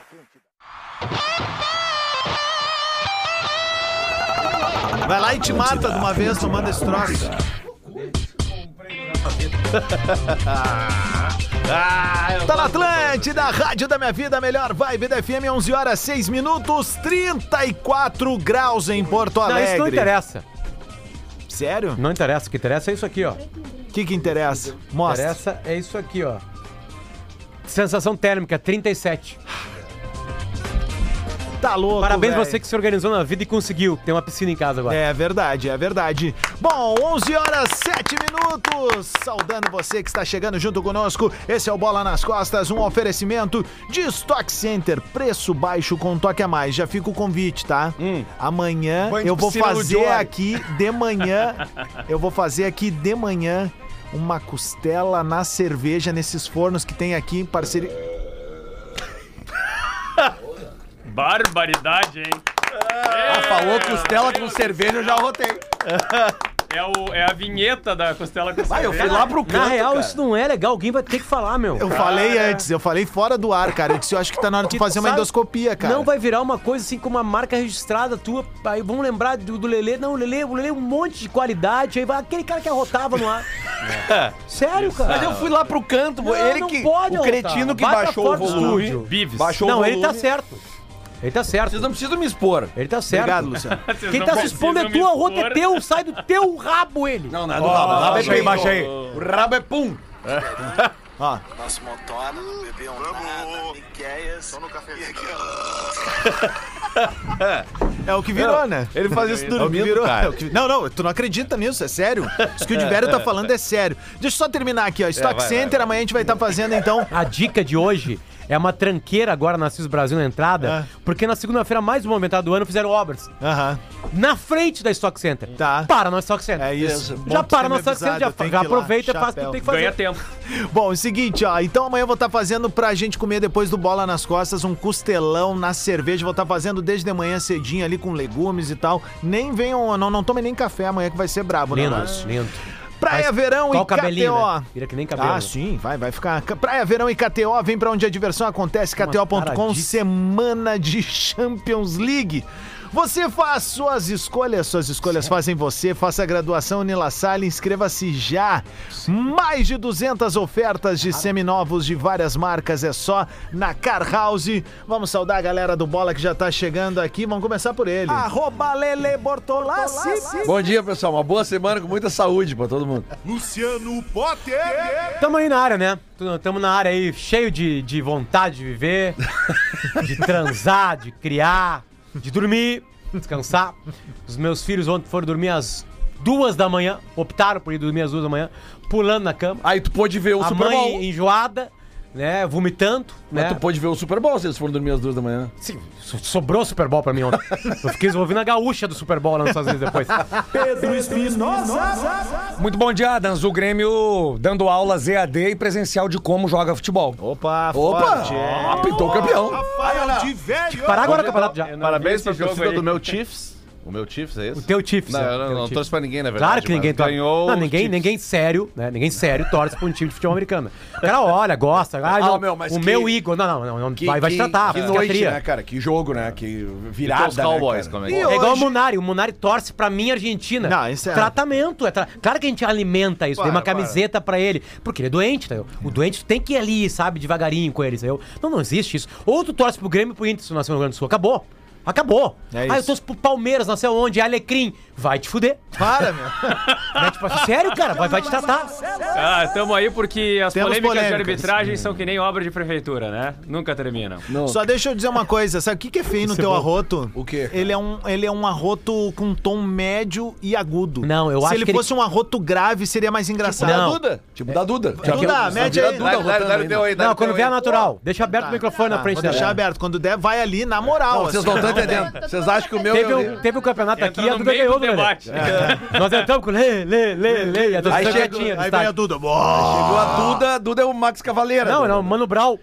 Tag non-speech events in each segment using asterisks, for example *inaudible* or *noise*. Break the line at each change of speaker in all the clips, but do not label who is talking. Atlântida.
Vai lá e te mata de uma vez tomando
*laughs*
esse troço. Tá na Atlântida, Rádio da Minha Vida, melhor vibe da FM, 11 horas 6 minutos, 34 graus em Porto
Não, isso
Alegre.
não interessa.
Sério?
Não interessa. O que interessa é isso aqui, ó.
O que que interessa? Mostra.
interessa é isso aqui, ó. Sensação térmica, 37.
Tá louco,
Parabéns
véi.
você que se organizou na vida e conseguiu. Tem uma piscina em casa agora.
É verdade, é verdade. Bom, 11 horas 7 minutos. Saudando você que está chegando junto conosco. Esse é o Bola nas Costas, um oferecimento de Stock Center. Preço baixo com um toque a mais. Já fica o convite, tá?
Hum.
Amanhã
Banho
tipo
de
eu vou
piscina
fazer
Ludiori.
aqui de manhã. eu vou fazer aqui de manhã uma costela na cerveja nesses fornos que tem aqui em parceria.
Barbaridade, hein?
Ah, falou costela com cerveja, eu já rotei.
É, o, é a vinheta da Costela com
Vai, eu fui lá pro canto,
Na real,
cara.
isso não é legal. Alguém vai ter que falar, meu.
Eu falei antes, eu falei fora do ar, cara. Eu disse, eu acho que tá na hora de fazer uma
Sabe-
endoscopia, cara.
Não vai virar uma coisa assim com uma marca registrada tua. Aí vamos lembrar do, do Lelê. Não, o Lelê, o Lelê é um monte de qualidade. Aí vai aquele cara que arrotava no ar. Sério, cara?
É. Mas eu fui lá pro canto,
Não,
ele
não
que.
pode,
o cretino
Otávio.
que
Vai pra
baixou o
fora do
volume.
estúdio.
Bives.
Baixou o
Não,
volume.
ele tá certo. Ele tá certo.
Vocês não precisam me expor.
Ele tá certo.
Obrigado, Luciano.
Vocês
Quem
não
tá se
precisam
expondo é
me
tu, a rota é
expor.
teu, sai do teu rabo ele.
Não, não é do rabo. O rabo é
baixei,
pum.
baixei.
O rabo é pum.
Ó.
Nosso montona, não bebeu nada, Miqueias. Só no cafezinho.
É o que virou, né?
Ele faz isso
É o que
dormindo,
virou, é
cara.
o que- Não, não, tu não acredita nisso, é sério. Isso que o Diverio tá falando é sério. Deixa eu só terminar aqui, ó. Stock
É, vai,
Center,
vai, vai.
amanhã a gente vai estar fazendo então.
A dica de hoje é uma tranqueira agora na Assis Brasil na entrada,
É.
porque na segunda-feira mais movimentada do ano fizeram obras
Aham.
na frente da Stock Center.
Tá.
Para no Stock Center.
É isso. Bom
Já
tu
para
ter
no
me
Stock Center,
avisado,
já,
eu tenho
já
que ir lá.
aproveita, faz o que
Chapéu.
tem que fazer.
Ganha tempo.
Bom, é o seguinte, ó. Então amanhã eu vou estar fazendo pra gente comer depois do bola nas costas, um costelão na cerveja. Vou estar fazendo desde de manhã cedinho ali com legumes e tal. Nem venham, não, não tomem nem café amanhã que vai ser brabo, né?
Lindo,
Mas-
lindo.
Praia,
Mas
verão
qual
e
o cabelinho,
KTO.
né? Vira que nem cabelo.
Ah, sim, vai, vai ficar. Praia, verão e KTO, vem pra onde a diversão acontece, KTO.com,
taradice.
semana de Champions League. Você faz suas escolhas, suas escolhas fazem você. Faça a graduação Nila Salle, inscreva-se já. Mais de 200 ofertas de seminovos de várias marcas, é só na Car House. Vamos saudar a galera do Bola que já tá chegando aqui, vamos começar por ele.
Ah,
Arroba Lele Bortolassi.
Bom dia, pessoal. Uma boa semana com muita saúde pra todo mundo.
Luciano Potter.
Tamo aí na área, né? Tamo na área aí, cheio de, de vontade de viver,
*laughs*
de transar, de criar, de dormir, descansar. Os meus filhos ontem foram dormir às duas da manhã, optaram por ir dormir às duas da manhã, pulando na cama.
Aí tu pôde ver o
a
Super
mãe
Bowl.
enjoada, né? Vomitando,
Mas
né?
tu pôde ver o Super Bowl se eles foram dormir às duas da manhã.
Sim, so- sobrou Super Bowl pra mim ontem. Eu fiquei ouvindo a gaúcha do Super Bowl lá nos Estados Unidos
*laughs*
depois.
Muito bom dia, Adams. O Grêmio dando aulas EAD e presencial de como joga futebol.
Tá Opa,
Opa!
forte, é.
Ah, pintou o campeão.
Rafael de velho.
Parar agora o campeonato já.
Parabéns
vi
pra
esse
torcida
jogo aí.
do meu Chiefs. O meu Chiefs, é isso?
O teu Chiefs,
Não,
é,
eu não,
teu
não
Chiefs.
torço pra ninguém, na verdade.
Claro que ninguém
mas
torce.
ganhou.
Não,
os
ninguém,
Chiefs.
ninguém sério, né? Ninguém sério torce pra um time de futebol americano. O cara olha, gosta. Ah, não,
meu, mas
o
que-
meu Igor. Não, não, não. não,
Que-
vai, vai
que-
tratar.
Que noite,
psiquiatria.
né, cara? Que jogo, né? Que
E tem
virada,
os Cowboys,
né,
como
cara?
é que é?
É igual o Munari. O Munari torce pra mim, Argentina.
Não, isso é-
Tratamento. É tra- Claro que a gente alimenta isso. tem uma camiseta pra ele. Porque ele é doente, entendeu? O doente tem que ir ali, sabe? Devagarinho com ele, entendeu? Não, não existe isso. Ou tu torce pro Grêmio e pro Inter se nasceu no Rio Grande do Sul. Acabou. Acabou.
É
ah, eu
isso.
torço pro Palmeiras, nasceu onde? Alecrim. Vai te fuder.
Para, meu.
Né? Tipo
*laughs*
assim, sério, cara? Vai, vai te tratar.
Ah, tamo aí porque as
Temos
polêmicas, de
polêmicas.
arbitragem são que nem obra de prefeitura, né? Nunca terminam.
é?
Não.
Só deixa eu dizer uma coisa, sabe o que, que é feio no teu arroto?
O quê, cara?
Ele é, um, ele é um arroto com tom médio e agudo.
Não, eu
Se
acho
ele
que ele-
fosse um arroto grave, seria mais engraçado.
Não.
Duda. Tipo da Duda. Já
Duda,
viu?
mete
Vira
aí.
Duda
É né? Dá- dá-
rotando
dá-
ainda.
deu aí, dá-
Não,
deu
quando
aí.
vier natural. Deixa aberto o microfone na frente
Tá. Vou deixar
dela.
aberto. Quando der, vai ali, na moral.
Vocês
assim,
não
*laughs*
ó.
estão entendendo. Vocês acham que o meu
Teve
é o
um, teve um campeonato
Entra
aqui, a
no
Duda
meio do
ganhou, Duda.
debate.
É. Nós entramos com lê, lê, lê, lê. E a Duda
Aí
saiu
chega-
quietinha do
Aí vem a
estádio.
Duda. Boa.
Chegou a Duda, Duda é o Max Cavaleira.
Não,
Duda.
não, Mano é Brau.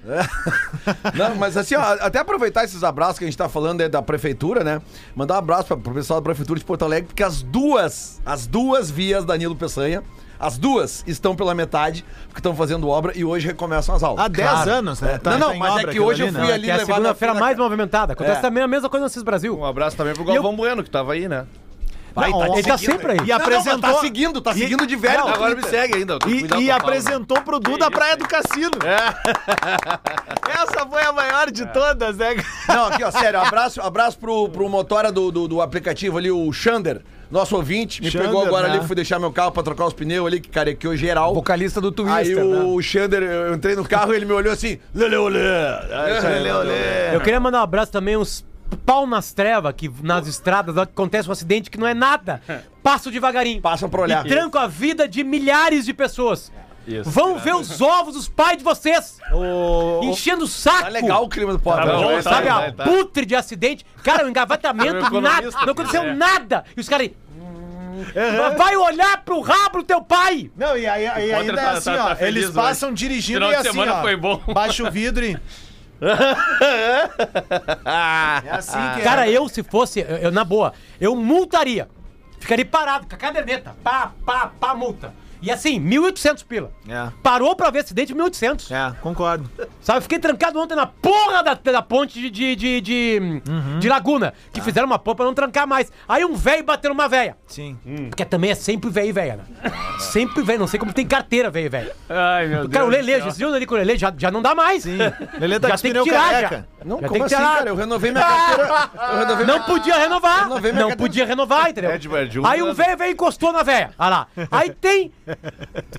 Não, mas assim, ó, até aproveitar esses abraços que a gente tá falando aí da prefeitura, né? Mandar um abraço pra, pro pessoal da prefeitura de Porto Alegre, porque as duas, as duas vias Danilo Peçanha, As duas estão pela metade, porque estão fazendo obra e hoje recomeçam as aulas.
Há 10
Claro.
anos, né? Tá-
não, não,
tá em
mas é
obra
que
aquilo
hoje eu
ali,
fui
né?
ali
que é a
levar na
segunda-feira
fila-
mais movimentada. Acontece
É.
também a mesma coisa no Cis Brasil.
Um abraço também pro Galvão Bueno, que tava aí, né?
Não, ó,
Ele tá sempre aí.
E apresentou.
tá seguindo, tá
e-
seguindo de velho.
Não,
no
Agora me
Twitter.
segue ainda. eu tenho que cuidar
E,
do
e
que eu falo, né?
apresentou pro Du da Praia do Cassino.
É.
*laughs* Essa foi a maior de todas, né?
Não, aqui, ó, sério, abraço, abraço pro, pro motora do, do, do aplicativo ali, o Xander, nosso ouvinte. Me
Xander,
pegou agora
né?
ali, fui deixar meu carro pra trocar os pneus ali, que carequeou geral.
Vocalista do Twister,
Aí
né?
o Xander, eu entrei no carro e ele me olhou assim, lele, olê. Aí, Xander, lele, olê.
Eu queria mandar um abraço também uns pau nas trevas que nas estradas lá que acontece um acidente que não é nada. Passo devagarinho.
Passa pra olhar.
E tranco a vida de milhares de pessoas. Vão ver os ovos dos pais de vocês. Enchendo o saco.
Tá legal o clima do pobre.
Tá bom,
né?
tá
Sabe,
Tá,
a
tá, tá.
putre de acidente. Cara, o
É
engavetamento,
o
nada.
economista,
Não aconteceu
é.
nada. E os caras aí. Vai olhar pro rabo do teu pai.
Não, e aí, aí
Potter
ainda
tá-
é assim,
tá-
ó.
tá feliz
eles
hoje.
passam dirigindo
Final
e
de
assim,
semana
ó.
foi bom.
Baixa o vidro e... é assim que é.
Cara, eu se fosse, eu, eu, na boa, eu multaria. Ficaria parado com a caderneta. Pá, pá, pá, multa. E assim, 1.800 pila.
*laughs* É.
Parou pra ver acidente, 1.800.
É, concordo.
Sabe, fiquei trancado ontem na porra da, da ponte de, de, de, de- de Laguna. Que fizeram uma porra pra não trancar mais. Aí um velho bateu numa véia.
Sim.
Porque também é sempre velho e véia, né? sempre velho. Não sei como tem carteira velho e véia.
Ai, meu Deus.
Cara, o
do
Lele,
céu.
já ali com o Lele, já, já não dá mais.
Sim. Lelê tá
*laughs* já
de
tem que
pneu
tirar,
careca.
já.
Não,
Já
como
tem que
assim,
tirar.
cara? Eu renovei minha carteira. Eu renovei minha
Não podia renovar.
Renovei minha
Não
cadeira.
podia renovar, entendeu?
É, de- de um
Aí um
ano.
velho veio e encostou na véia. Olha lá. Aí tem.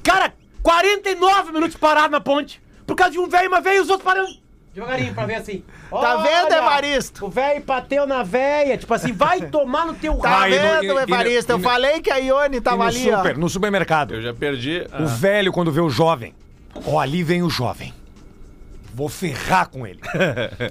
Cara, 49 minutos parado na ponte. Por causa de um velho, mas veio e os outros parando. Devagarinho pra ver assim.
Tá vendo, Evaristo?
O velho bateu na véia. Tipo assim, vai tomar no teu
Tá
Ah, e no-
vendo,
e- e no-
Evaristo? Eu
e no-
falei que a Ione
E
tava
é
no,
ali, ó.
super, no supermercado.
Eu já perdi.
O velho, quando vê o jovem, ó, ali vem o jovem. Vou ferrar com
*laughs*
ele.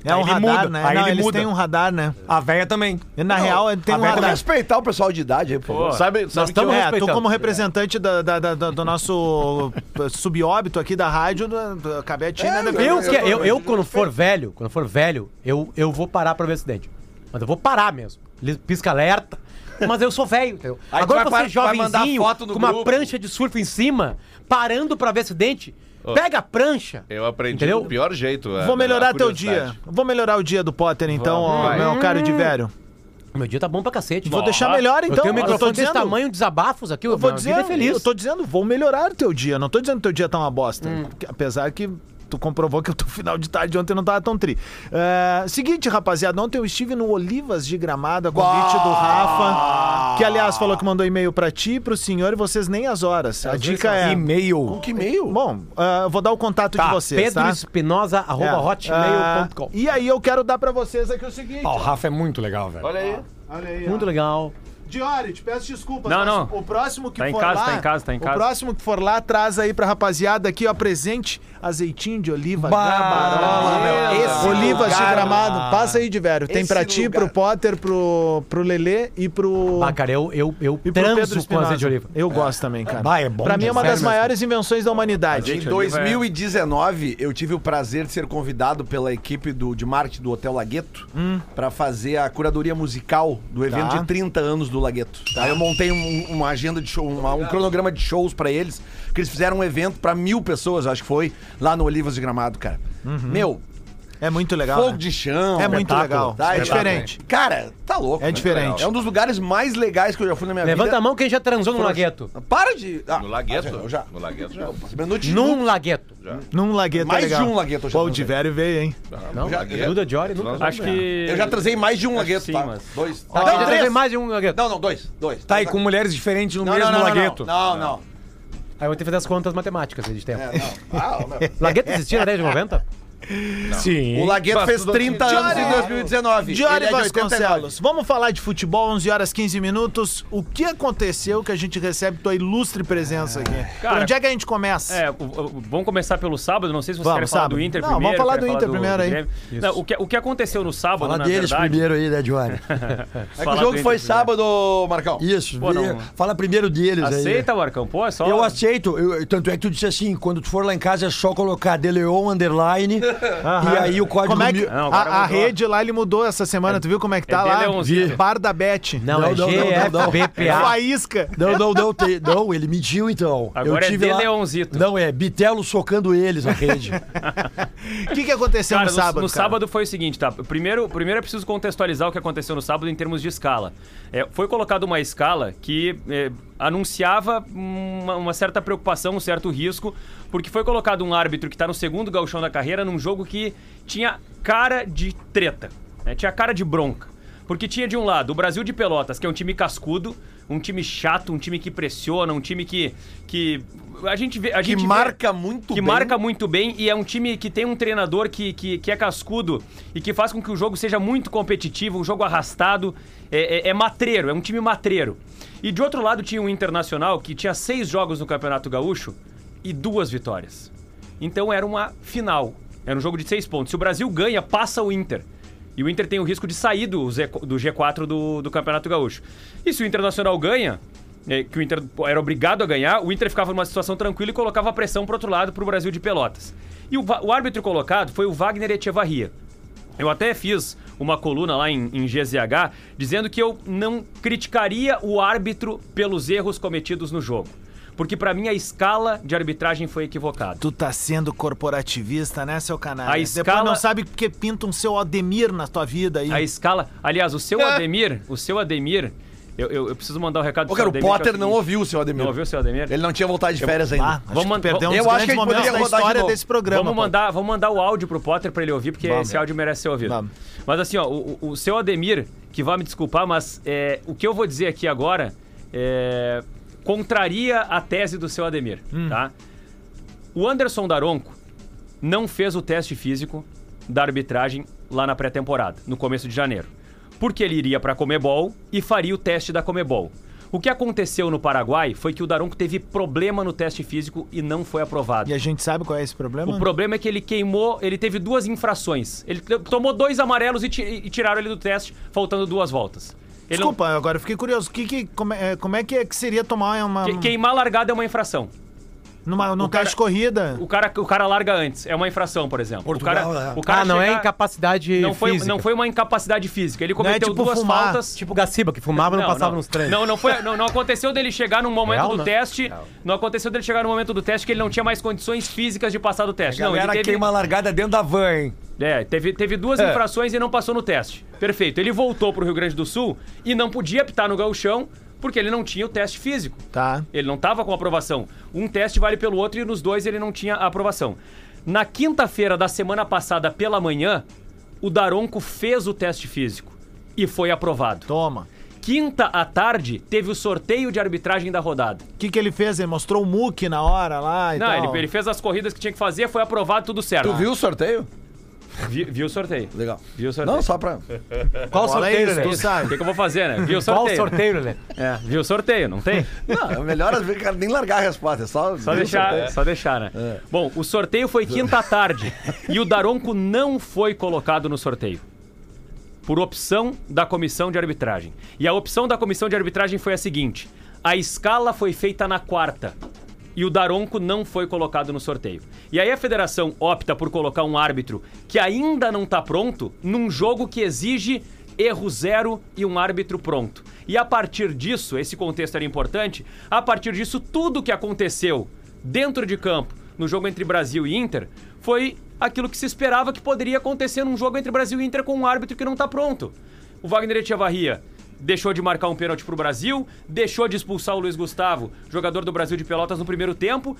É um
Aí ele
radar,
muda,
né?
aí
Não,
ele
eles
muda.
têm um radar, né?
A véia também.
E na real, ele tem um
aberta-
Vamos
radar.
respeitar o pessoal de idade aí, por favor.
Sabe, sabe que eu-
tamo-
É, tu
respeitando.
como representante da, da- da- da- do nosso subóbito aqui da rádio, do- do- né? acabei de tirar da-
Eu, que- eu, eu, quando for velho, quando for velho, eu, eu vou parar pra ver acidente. Mas eu vou parar mesmo. Ele Pisca alerta. Mas eu sou velho, entendeu?
Aí tu
Agora
vai
você
par- vai mandar
jovenzinho,
foto no
com uma
grupo.
prancha de surf em cima, parando pra ver acidente, pega a prancha.
Eu aprendi
Entendeu?
do pior jeito. a-
Vou melhorar
a
teu
curiosidade.
dia. Vou melhorar o dia do Potter, então, ó,
vai.
meu caro de velho.
Meu dia tá bom pra cacete.
Vou deixar melhor,
Eu
então.
tenho um
tô
microfone desse
dizendo,
tamanho, desabafos aqui, eu
Eu vou
vida é
dizer,
feliz.
eu tô dizendo, vou melhorar o teu dia. Não tô dizendo que teu dia tá uma bosta.
Hum.
Porque, Apesar que tu comprovou que o teu *laughs* final de tarde ontem não tava tão tri. É, seguinte, rapaziada, ontem eu estive no Olivas de Gramado, a convite do Rafa, que aliás falou que mandou e-mail pra ti, pro senhor e vocês nem as horas. a dica é...
um E-mail.
Que meio.
Bom, ah, eu vou dar o contato de vocês,
Pedro
tá?
Espinosa,
É.
arroba hotmail.com.
Ah, e aí eu quero dar pra vocês aqui o seguinte.
Ah, o Rafa é muito legal, velho.
Olha aí.
Olha aí, ó.
Muito legal.
Diori, te peço desculpas.
Não,
mas
não.
O próximo que
Tá em
for
casa,
lá.
tá em casa, tá em casa.
O próximo que for lá, traz aí pra rapaziada aqui, ó, presente azeitinho de oliva, gabarola,
meu. Esse
olivas
lugar,
de gramado. Passa aí de velho. Tem
Esse
pra ti,
lugar.
pro Potter, pro, pro Lelê e pro.
Ah, cara, eu, eu, eu
E pro Pedro
transo com
Espinosa.
azeite de oliva.
Eu gosto também, cara.
Bah, é bom
pra mim é uma
demais,
das
né?
maiores invenções da humanidade.
Em 2019, eu tive o prazer de ser convidado pela equipe do, de marketing do Hotel Lagueto pra fazer a curadoria musical do evento
Hum. Tá.
de 30 anos do Lagueto. Aí eu montei um- uma agenda de show, uma- um cronograma de shows pra eles, que eles fizeram um evento pra mil pessoas, acho que foi, lá no Olivas de Gramado, cara. Meu,
É muito legal.
fogo
Uhum. né?
de chão.
É muito
espetáculo,
legal.
tá?
É diferente.
Cara, tá louco.
É
né?
diferente.
É um dos lugares mais legais que eu já fui na minha
Levanta
vida.
a mão quem já transou num
Foram-
lagueto.
Para de... Ah,
No Lagueto?
eu já. é
No Lagueto já.
Minuto de
Num lagueto.
Num lagueto
Mais
é legal.
de um lagueto eu já
Pô, o
transei.
de velho veio, hein?
Não,
Já-
Duda Diori nunca.
Nós-
Acho que.
Eu já transei mais de um lagueto,
É sim,
tá?
mas-
Dois.
Tá,
Não,
aqui já
três.
teve mais de um lagueto.
Não, não, dois. Dois.
Tá, e com mulheres diferentes no
Não,
mesmo
não, não, não,
um.
lagueto.
Não, não. não.
Aí eu vou ter que fazer as contas matemáticas aí de tempo.
É, não. Ah,
*laughs*
meu.
Lagueto existia na década de 90?
Sim.
O Lagueto fez 30 anos em
Diário-
2019.
Diori
Ele é de 89.
Vasconcelos, vamos falar de futebol, 11 horas 15 minutos. O que aconteceu que a gente recebe tua ilustre presença aqui?
Cara,
Por onde é que a gente começa?
É, o- o- vamos começar pelo sábado. Não sei se vocês
Vamos,
querem falar
sábado.
do Inter
Não,
primeiro.
vamos falar
querem
do Inter primeiro aí.
Grêmio. Não, o, que, o que aconteceu no sábado, na verdade.
aí, né, Diário?
É que
falar
o
do
jogo
Inter
foi
primeiro.
sábado, Marcão.
Isso,
Pô,
vê-
não.
fala primeiro deles aí. né?
Aceita, Ah, Marcão? Pô, é só.
Eu aceito, eu- tanto é que tu disse assim, quando tu for lá em casa é só colocar De Leon underline E aí o código.
Como é que,
mil-
Não, agora
a, a
mudou.
rede lá ele mudou essa semana, tu viu como é que tá
É
lá?
dele é umzinho.
Bar da É Bet.
Não,
Não,
é
não, não, não, não.
GFBPA.
Faísca.
Não, não, não, tem- não, ele mentiu então.
Agora é de Leonzito.
Não, é Bitelo socando eles
*laughs*
na rede.
O que, que aconteceu
Cara,
no sábado?
no
cara?
sábado foi o seguinte, tá? Primeiro, primeiro é preciso contextualizar o que aconteceu no sábado em termos de escala. É, foi colocada uma escala que é, anunciava uma, uma certa preocupação, um certo risco, porque foi colocado um árbitro que tá no segundo galchão da carreira num jogo que tinha cara de treta, né? tinha cara de bronca. Porque tinha de um lado o Brasil de Pelotas, que é um time cascudo, um time chato, um time que pressiona, um time que. que a gente vê. A gente vê-
marca muito
que
bem.
marca muito bem e é um time que tem um treinador que, que, que é cascudo e que faz com que o jogo seja muito competitivo, um jogo arrastado. É, é- é matreiro, é um time matreiro. E de outro lado tinha o Internacional, que tinha seis jogos no Campeonato Gaúcho e duas vitórias. Então era uma final. Era um jogo de seis pontos. Se o Brasil ganha, passa o Inter. E o Inter tem o risco de sair do, Z- do G4 do, do Campeonato Gaúcho. E se o Internacional ganha, é, que o Inter era obrigado a ganhar, o Inter ficava numa situação tranquila e colocava a pressão pro outro lado, pro Brasil de Pelotas. E o, va- o árbitro colocado foi o Wagner Echevarria. Eu até fiz uma coluna lá em, em GZH dizendo que eu não criticaria o árbitro pelos erros cometidos no jogo. Porque pra mim a escala de arbitragem foi equivocada.
Tu tá sendo corporativista, né, seu canal?
A
Depois
escala-
não sabe porque pinta um seu Ademir na tua vida aí.
A escala. Aliás, o seu
É.
Ademir, o seu Ademir, eu, eu, eu preciso mandar um recado
Ô, cara, o
Ademir, que é
Potter não
seguinte-
ouviu o seu Ademir.
Não ouviu o seu Ademir?
Ele não tinha vontade de férias
Ah,
ainda.
acho
Vamos
que
man-
perdeu um
Eu
dos
acho que
grandes
a gente poderia
momentos
rodar de
da história
novo.
desse programa.
vamos,
pô.
mandar, vamos mandar o áudio pro Potter pra ele ouvir, porque esse áudio merece ser ouvido.
Vamos.
Mas assim, ó, o, o- o seu Ademir, que vai me desculpar, mas é, o que eu vou dizer aqui agora é, contraria a tese do seu Ademir,
Hum.
tá? O Anderson Daronco não fez o teste físico da arbitragem lá na pré-temporada, no começo de janeiro. Porque ele iria pra Comebol e faria o teste da Comebol. O que aconteceu no Paraguai foi que o Daronco teve problema no teste físico e não foi aprovado.
E a gente sabe qual é esse problema?
O problema é que ele queimou, ele teve duas infrações. Ele t- tomou dois amarelos e, ti- e tiraram ele do teste, faltando duas voltas. Ele não-
Desculpa, agora eu fiquei curioso. Que, que, como, é, como é que é que seria tomar uma.
que- queimar a largada é uma infração.
numa, num
cara-
teste de corrida?
O cara, o cara larga antes, é uma infração, por exemplo.
Portugal,
o cara,
né?
o cara
Ah, não é
chega-
incapacidade
não foi,
física.
não foi uma incapacidade física. Ele
é
cometeu
tipo
duas
fumar,
faltas.
Tipo o Gaciba, que fumava e não, passava nos treinos.
Não, não foi, não, não aconteceu dele chegar num momento
Real,
do
né?
teste, não aconteceu dele chegar num momento do teste que ele não tinha mais condições físicas de passar do teste. Não, ele
Galera,
teve,
queima a largada dentro da van, hein?
É, teve, teve duas infrações e não passou no teste. Perfeito. Ele voltou pro Rio Grande do Sul e não podia apitar no gauchão porque ele não tinha o teste físico.
Tá.
Ele não tava com aprovação. Um teste vale pelo outro e nos dois ele não tinha a aprovação. Na quinta-feira da semana passada pela manhã, o Daronco fez o teste físico e foi aprovado.
Toma.
Quinta à tarde, teve o sorteio de arbitragem da rodada.
O que, que ele fez? Ele mostrou o Muque na hora lá e
Não,
tal.
ele, ele fez as corridas que tinha que fazer, foi aprovado, tudo certo.
Tu viu o sorteio?
Vi, viu o sorteio.
Legal.
Viu o sorteio.
Não, só
*laughs*
pra.
Qual
Fala
sorteio,
isso,
Lelê?
tu
O
sabe.
que, que eu vou fazer, né? Viu o
Qual
sorteio?
sorteio, Lelê?
É, viu o sorteio, não tem?
Não, é melhor às vezes, cara, nem largar a resposta. É só,
Só deixar,
Sorteio.
só deixar, né? Bom, o sorteio foi quinta à tarde e o Daronco não foi colocado no sorteio. Por opção da comissão de arbitragem. E a opção da comissão de arbitragem foi a seguinte: a escala foi feita na quarta e o Daronco não foi colocado no sorteio. E aí a federação opta por colocar um árbitro que ainda não tá pronto num jogo que exige erro zero e um árbitro pronto. E a partir disso, esse contexto era importante, a partir disso tudo que aconteceu dentro de campo no jogo entre Brasil e Inter foi aquilo que se esperava que poderia acontecer num jogo entre Brasil e Inter com um árbitro que não tá pronto. O Wagner Echevarria deixou de marcar um pênalti pro Brasil, deixou de expulsar o Luiz Gustavo, jogador do Brasil de Pelotas no primeiro tempo.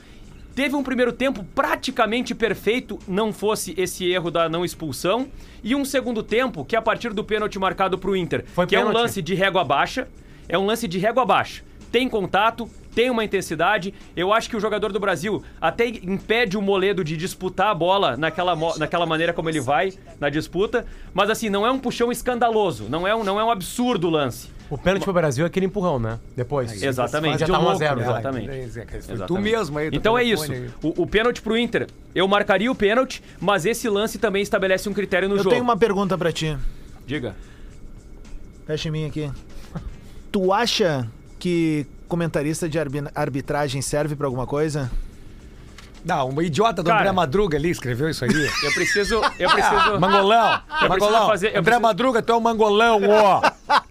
Teve um primeiro tempo praticamente perfeito, não fosse esse erro da não expulsão, e um segundo tempo que a partir do pênalti marcado pro Inter,
Foi
que é um
pênalti?
lance de régua baixa, é um lance de régua baixa. Tem contato, tem uma intensidade. Eu acho que o jogador do Brasil até impede o Moledo de disputar a bola naquela, mo- naquela maneira como ele vai na disputa. Mas assim, não é um puxão escandaloso, não é um, não é um absurdo o lance.
O pênalti pro Brasil é aquele empurrão, né? Depois.
Exatamente. é
Já tá 1 a 0 já.
Exatamente.
Foi tu
Exatamente.
mesmo aí. teu
Então é isso.
telefone aí.
O, o pênalti pro Inter, eu marcaria o pênalti, mas esse lance também estabelece um critério no
Eu
jogo.
tenho uma pergunta pra ti.
Diga.
Fecha em mim aqui. Tu acha que comentarista de arbi- arbitragem serve pra alguma coisa?
Não, um idiota do
Cara.
André Madruga ali escreveu isso aí.
Eu preciso. Eu preciso.
Mangolão,
*laughs* Eu preciso
mangolão.
fazer. Eu
André
preciso,
Madruga, tu é um mangolão, ó.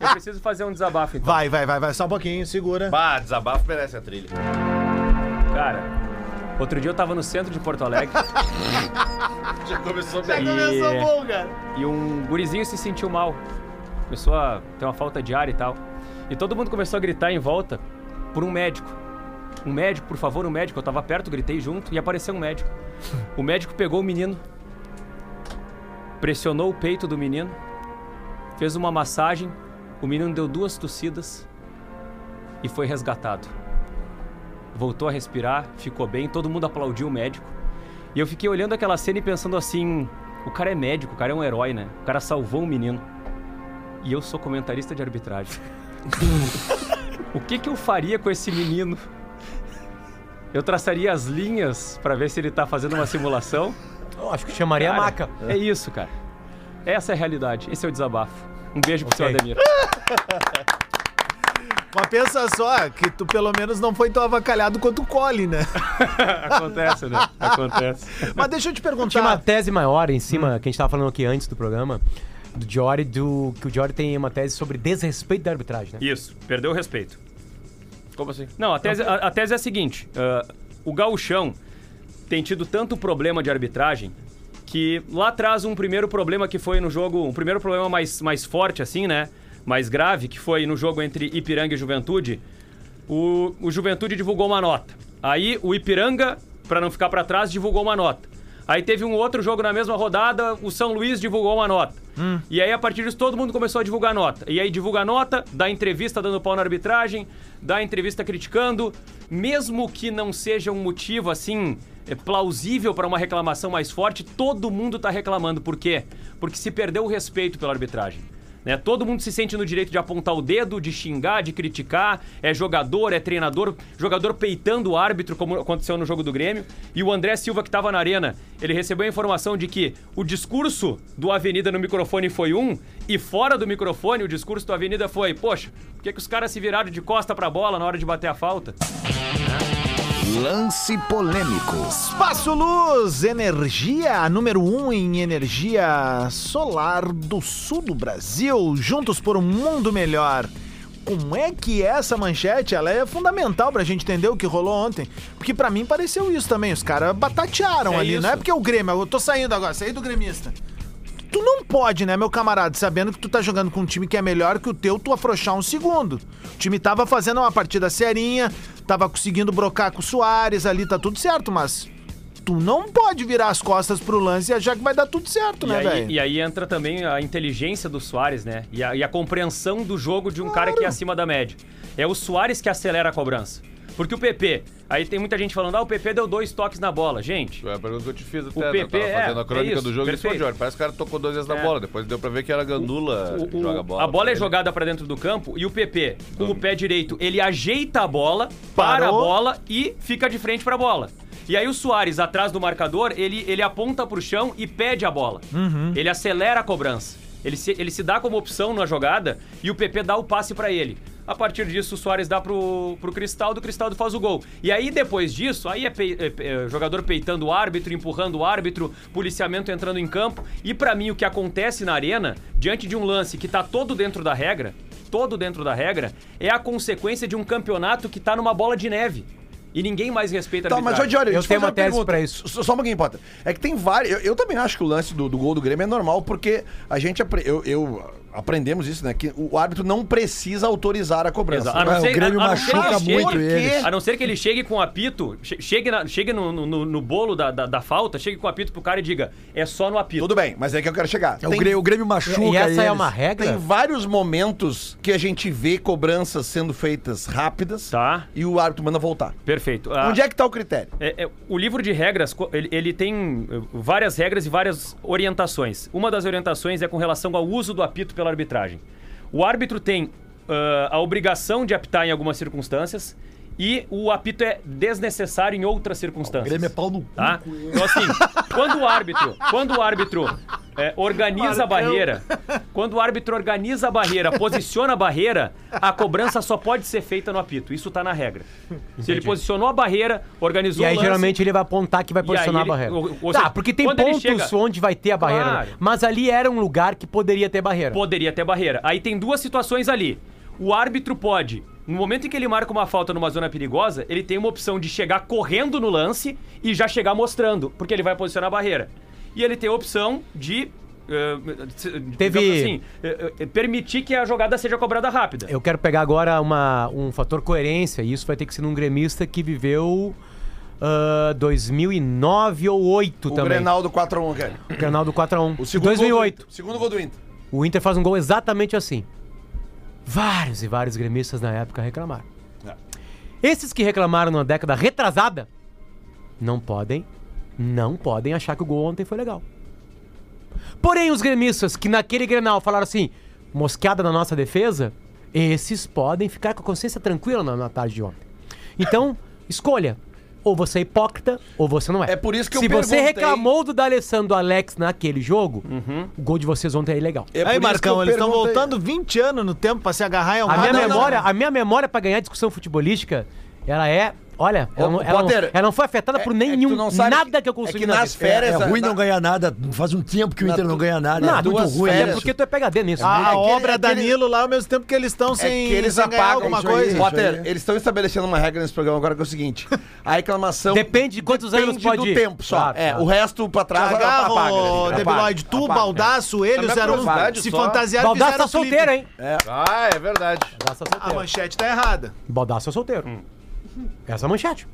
eu preciso fazer um desabafo, então.
Vai, vai, vai, vai, só um pouquinho, segura.
Bah, desabafo merece a trilha.
Cara, outro dia eu tava no centro de Porto Alegre
*laughs* Já começou bem.
começou bom, cara. e um gurizinho se sentiu mal. Começou a ter uma falta de ar e tal. E todo mundo começou a gritar em volta por um médico. Um médico, por favor, um médico. Eu tava perto, gritei junto e apareceu um *laughs* médico. O médico pegou o menino, pressionou o peito do menino, fez uma massagem, o menino deu duas tossidas e foi resgatado. Voltou a respirar, ficou bem, todo mundo aplaudiu o médico. E eu fiquei olhando aquela cena e pensando assim: o cara é médico, o cara é um herói, né? O cara salvou um menino. E eu sou comentarista de arbitragem. *laughs* o que, que eu faria com esse menino? Eu traçaria as linhas pra ver se ele tá fazendo uma simulação.
Eu acho que chamaria
Cara,
a maca.
É isso, cara. Essa é a realidade. Esse é o desabafo. Um beijo pro seu
Ok.
Ademir.
Mas pensa só que tu pelo menos não foi tão avacalhado quanto o
*laughs*
Cole, né?
Acontece, né? Acontece.
Mas deixa eu te
Tinha uma
tá.
perguntar.
tese maior em
Hum.
cima, que a gente tava falando aqui antes do programa, do Diori, do, que o Diori tem uma tese sobre desrespeito da arbitragem, né?
Isso, perdeu o respeito.
Como assim?
Não, a tese, a, a tese é a seguinte: ah, o gauchão tem tido tanto problema de arbitragem que lá atrás um primeiro problema que foi no jogo, um primeiro problema mais, mais forte assim, né? Mais grave, que foi no jogo entre Ipiranga e Juventude, o, o Juventude divulgou uma nota. Aí o Ipiranga, pra não ficar pra trás, divulgou uma nota. Aí teve um outro jogo na mesma rodada, o São Luís divulgou uma nota. E aí, a partir disso, todo mundo começou a divulgar nota. E aí divulga a nota, dá entrevista dando pau na arbitragem, dá entrevista criticando, mesmo que não seja um motivo assim é plausível pra uma reclamação mais forte, todo mundo tá reclamando. Por quê? Porque se perdeu o respeito pela arbitragem. Né? Todo mundo se sente no direito de apontar o dedo, de xingar, de criticar. É jogador, é treinador, jogador peitando o árbitro, como aconteceu no jogo do Grêmio. E o André Silva, que estava na arena, ele recebeu a informação de que o discurso do Avenida no microfone foi um, e fora do microfone, o discurso do Avenida foi: Poxa, por que, que os caras se viraram de costa pra bola na hora de bater a falta?
Lance polêmico.
Espaço Luz, energia número um em energia solar do sul do Brasil, juntos por um mundo melhor. Como é que é essa manchete, ela é fundamental pra gente entender o que rolou ontem. Porque pra mim pareceu isso também, os caras batatearam
É
ali, não
isso.
é porque o Grêmio, eu tô saindo agora, saí do gremista. Tu não pode, né, meu camarada, sabendo que tu tá jogando com um time que é melhor que o teu, tu afrouxar um segundo. O time tava fazendo uma partida serinha, tava conseguindo brocar com o Soares ali, tá tudo certo, mas tu não pode virar as costas pro lance e achar que vai dar tudo certo,
E
né,
aí,
velho?
e aí entra também a inteligência do Soares, né? E a, e a compreensão do jogo de um cara que é acima da média. É o Soares que acelera a cobrança. Porque o PP, aí tem muita gente falando, ah, o PP deu dois toques na bola. Gente,
Foi a pergunta que eu te fiz até.
O
né? Eu
PP
tava
é,
fazendo a crônica
é isso,
do jogo e disse, "Pô,
perfeito.
Jorge, parece que o cara tocou duas vezes na
É.
bola. Depois deu pra ver que era Gandula
o-
que
o-
joga a bola. tá
a bola é
Ele-
jogada pra dentro do campo e o PP, com o pé direito, ele ajeita a bola, para a
Parou.
bola e fica de frente pra bola. E aí o Soares, atrás do marcador, ele, ele aponta pro chão e pede a bola. Ele acelera a cobrança. Ele se, ele se dá como opção na jogada e o PP dá o passe pra ele. A partir disso, o Soares dá pro, pro Cristaldo, o Cristaldo faz o gol. E aí, depois disso, aí é, pei- é pe- é jogador peitando o árbitro, empurrando o árbitro, policiamento entrando em campo. E pra mim, o que acontece na arena, diante de um lance que tá todo dentro da regra, todo dentro da regra, é a consequência de um campeonato que tá numa bola de neve. E ninguém mais respeita a
Tá, mas, ô,
arbitragem.
Diori,
Eu
te
tenho
fazer
uma tese pra isso.
Só, só um pouquinho, Potter. É que tem vários. Eu, eu também acho que o lance do, do gol do Grêmio é normal, porque a gente. apre- Eu, eu- aprendemos isso, né? Que o árbitro não precisa autorizar a cobrança. é
Exato. A não
Mas É, o
ser, a-
Grêmio
a não ser que
machuca
chegue-
muito eles.
A não ser que ele chegue com o apito, che- chegue, na- chegue no, no- no- no bolo da, da- da falta, chegue com o apito pro cara e diga, é só no apito.
Tudo bem, mas é que eu quero chegar.
É, O Grêmio, o Grêmio machuca
E essa é
eles.
uma regra?
Tem vários momentos que a gente vê cobranças sendo feitas rápidas
Tá.
e o árbitro manda voltar.
Perfeito. Ah,
Onde é que tá o critério?
É, é, o livro de regras, co- ele, ele tem eh, várias regras e várias orientações. Uma das orientações é com relação ao uso do apito pela arbitragem. O árbitro tem ah, a obrigação de apitar em algumas circunstâncias E o apito é desnecessário em outras circunstâncias.
Grêmio é pau no cu.
Tá? Então, assim, quando o árbitro, quando o árbitro é, organiza a barreira, quando o árbitro organiza a barreira, posiciona a barreira, a cobrança só pode ser feita no apito. Isso tá na regra. Se ele posicionou a barreira, organizou
E aí,
o lance,
geralmente, ele vai apontar que vai
aí
posicionar
ele-
a barreira.
ou- ou
tá,
seja,
porque tem
quando ele
pontos
chega-
onde vai ter a barreira.
Claro.
né? Mas ali era um lugar que poderia ter barreira.
poderia ter barreira. Aí tem duas situações ali. O árbitro pode, no momento em que ele marca uma falta numa zona perigosa, ele tem uma opção de chegar correndo no lance e já chegar mostrando, porque ele vai posicionar a barreira. E ele tem a opção de. eh, se-
Teve-
digamos assim, eh, eh, permitir que a jogada seja cobrada rápida.
Eu quero pegar agora uma, um fator coerência, e isso vai ter que ser num gremista que viveu ah, 2009 ou 8
O
também.
Grenal do 4x1, cara.
O Grenal do 4x1.
O segundo Gol
2008.
do, segundo gol do Inter.
O Inter faz um gol exatamente assim. Vários e vários gremistas na época reclamaram.
É.
Esses que reclamaram na década retrasada não podem, não podem achar que o gol ontem foi legal. Porém, os gremistas que naquele Grenal falaram assim, mosqueada na nossa defesa, esses podem ficar com a consciência tranquila na, na tarde de ontem. Então, *laughs* escolha. Ou você é hipócrita, ou você não é.
É por isso que eu
Se você
perguntei- Uhum.
reclamou do D'Alessandro Alex naquele jogo, o gol de vocês ontem é legal.
É por
Aí,
isso que
Marcão,
eu
eles estão
perguntei.
voltando 20 anos no tempo pra se agarrar em
A
alguma
minha
Ah,
coisa.
memória, a minha memória para ganhar discussão futebolística, ela é, olha, ela,
Ô,
não, ela não-
Potter,
ela não foi afetada
é-
por
é que
nenhum
tu não sabe
nada
que-
que eu consegui
é que
na
nas
vida.
férias-
É ruim
Na-
não ganhar nada. Faz um tempo que o
Na
Inter
tu-
não ganha nada.
na
é muito
duas
ruim
férias-
É
isso.
porque tu é PHD nisso.
A, a
aquele-
obra
é aquele-
Danilo lá, ao mesmo tempo que eles estão
É
sem,
que eles
sem ganhar
apagam
alguma
isso aí,
coisa.
Bota-
Potter,
isso aí.
eles estão estabelecendo uma regra nesse programa agora que é o seguinte: a reclamação
Depende de quantos
depende
anos pode
do
ir.
tempo só.
Claro,
é,
claro.
o resto pra trás
Agarram
apaga,
o
apaga,
Debiloide, tu,
apaga. é
Baldaço, eles
minha
eram
curiosidade
se
só-
fantasiaram e
Baldaço
fizeram
tá solteiro,
clipe.
hein?
Ah, é verdade.
Baldaço
Ah,
tá
A
solteiro.
manchete tá Hum. errada.
Baldaço é solteiro. Essa é a manchete.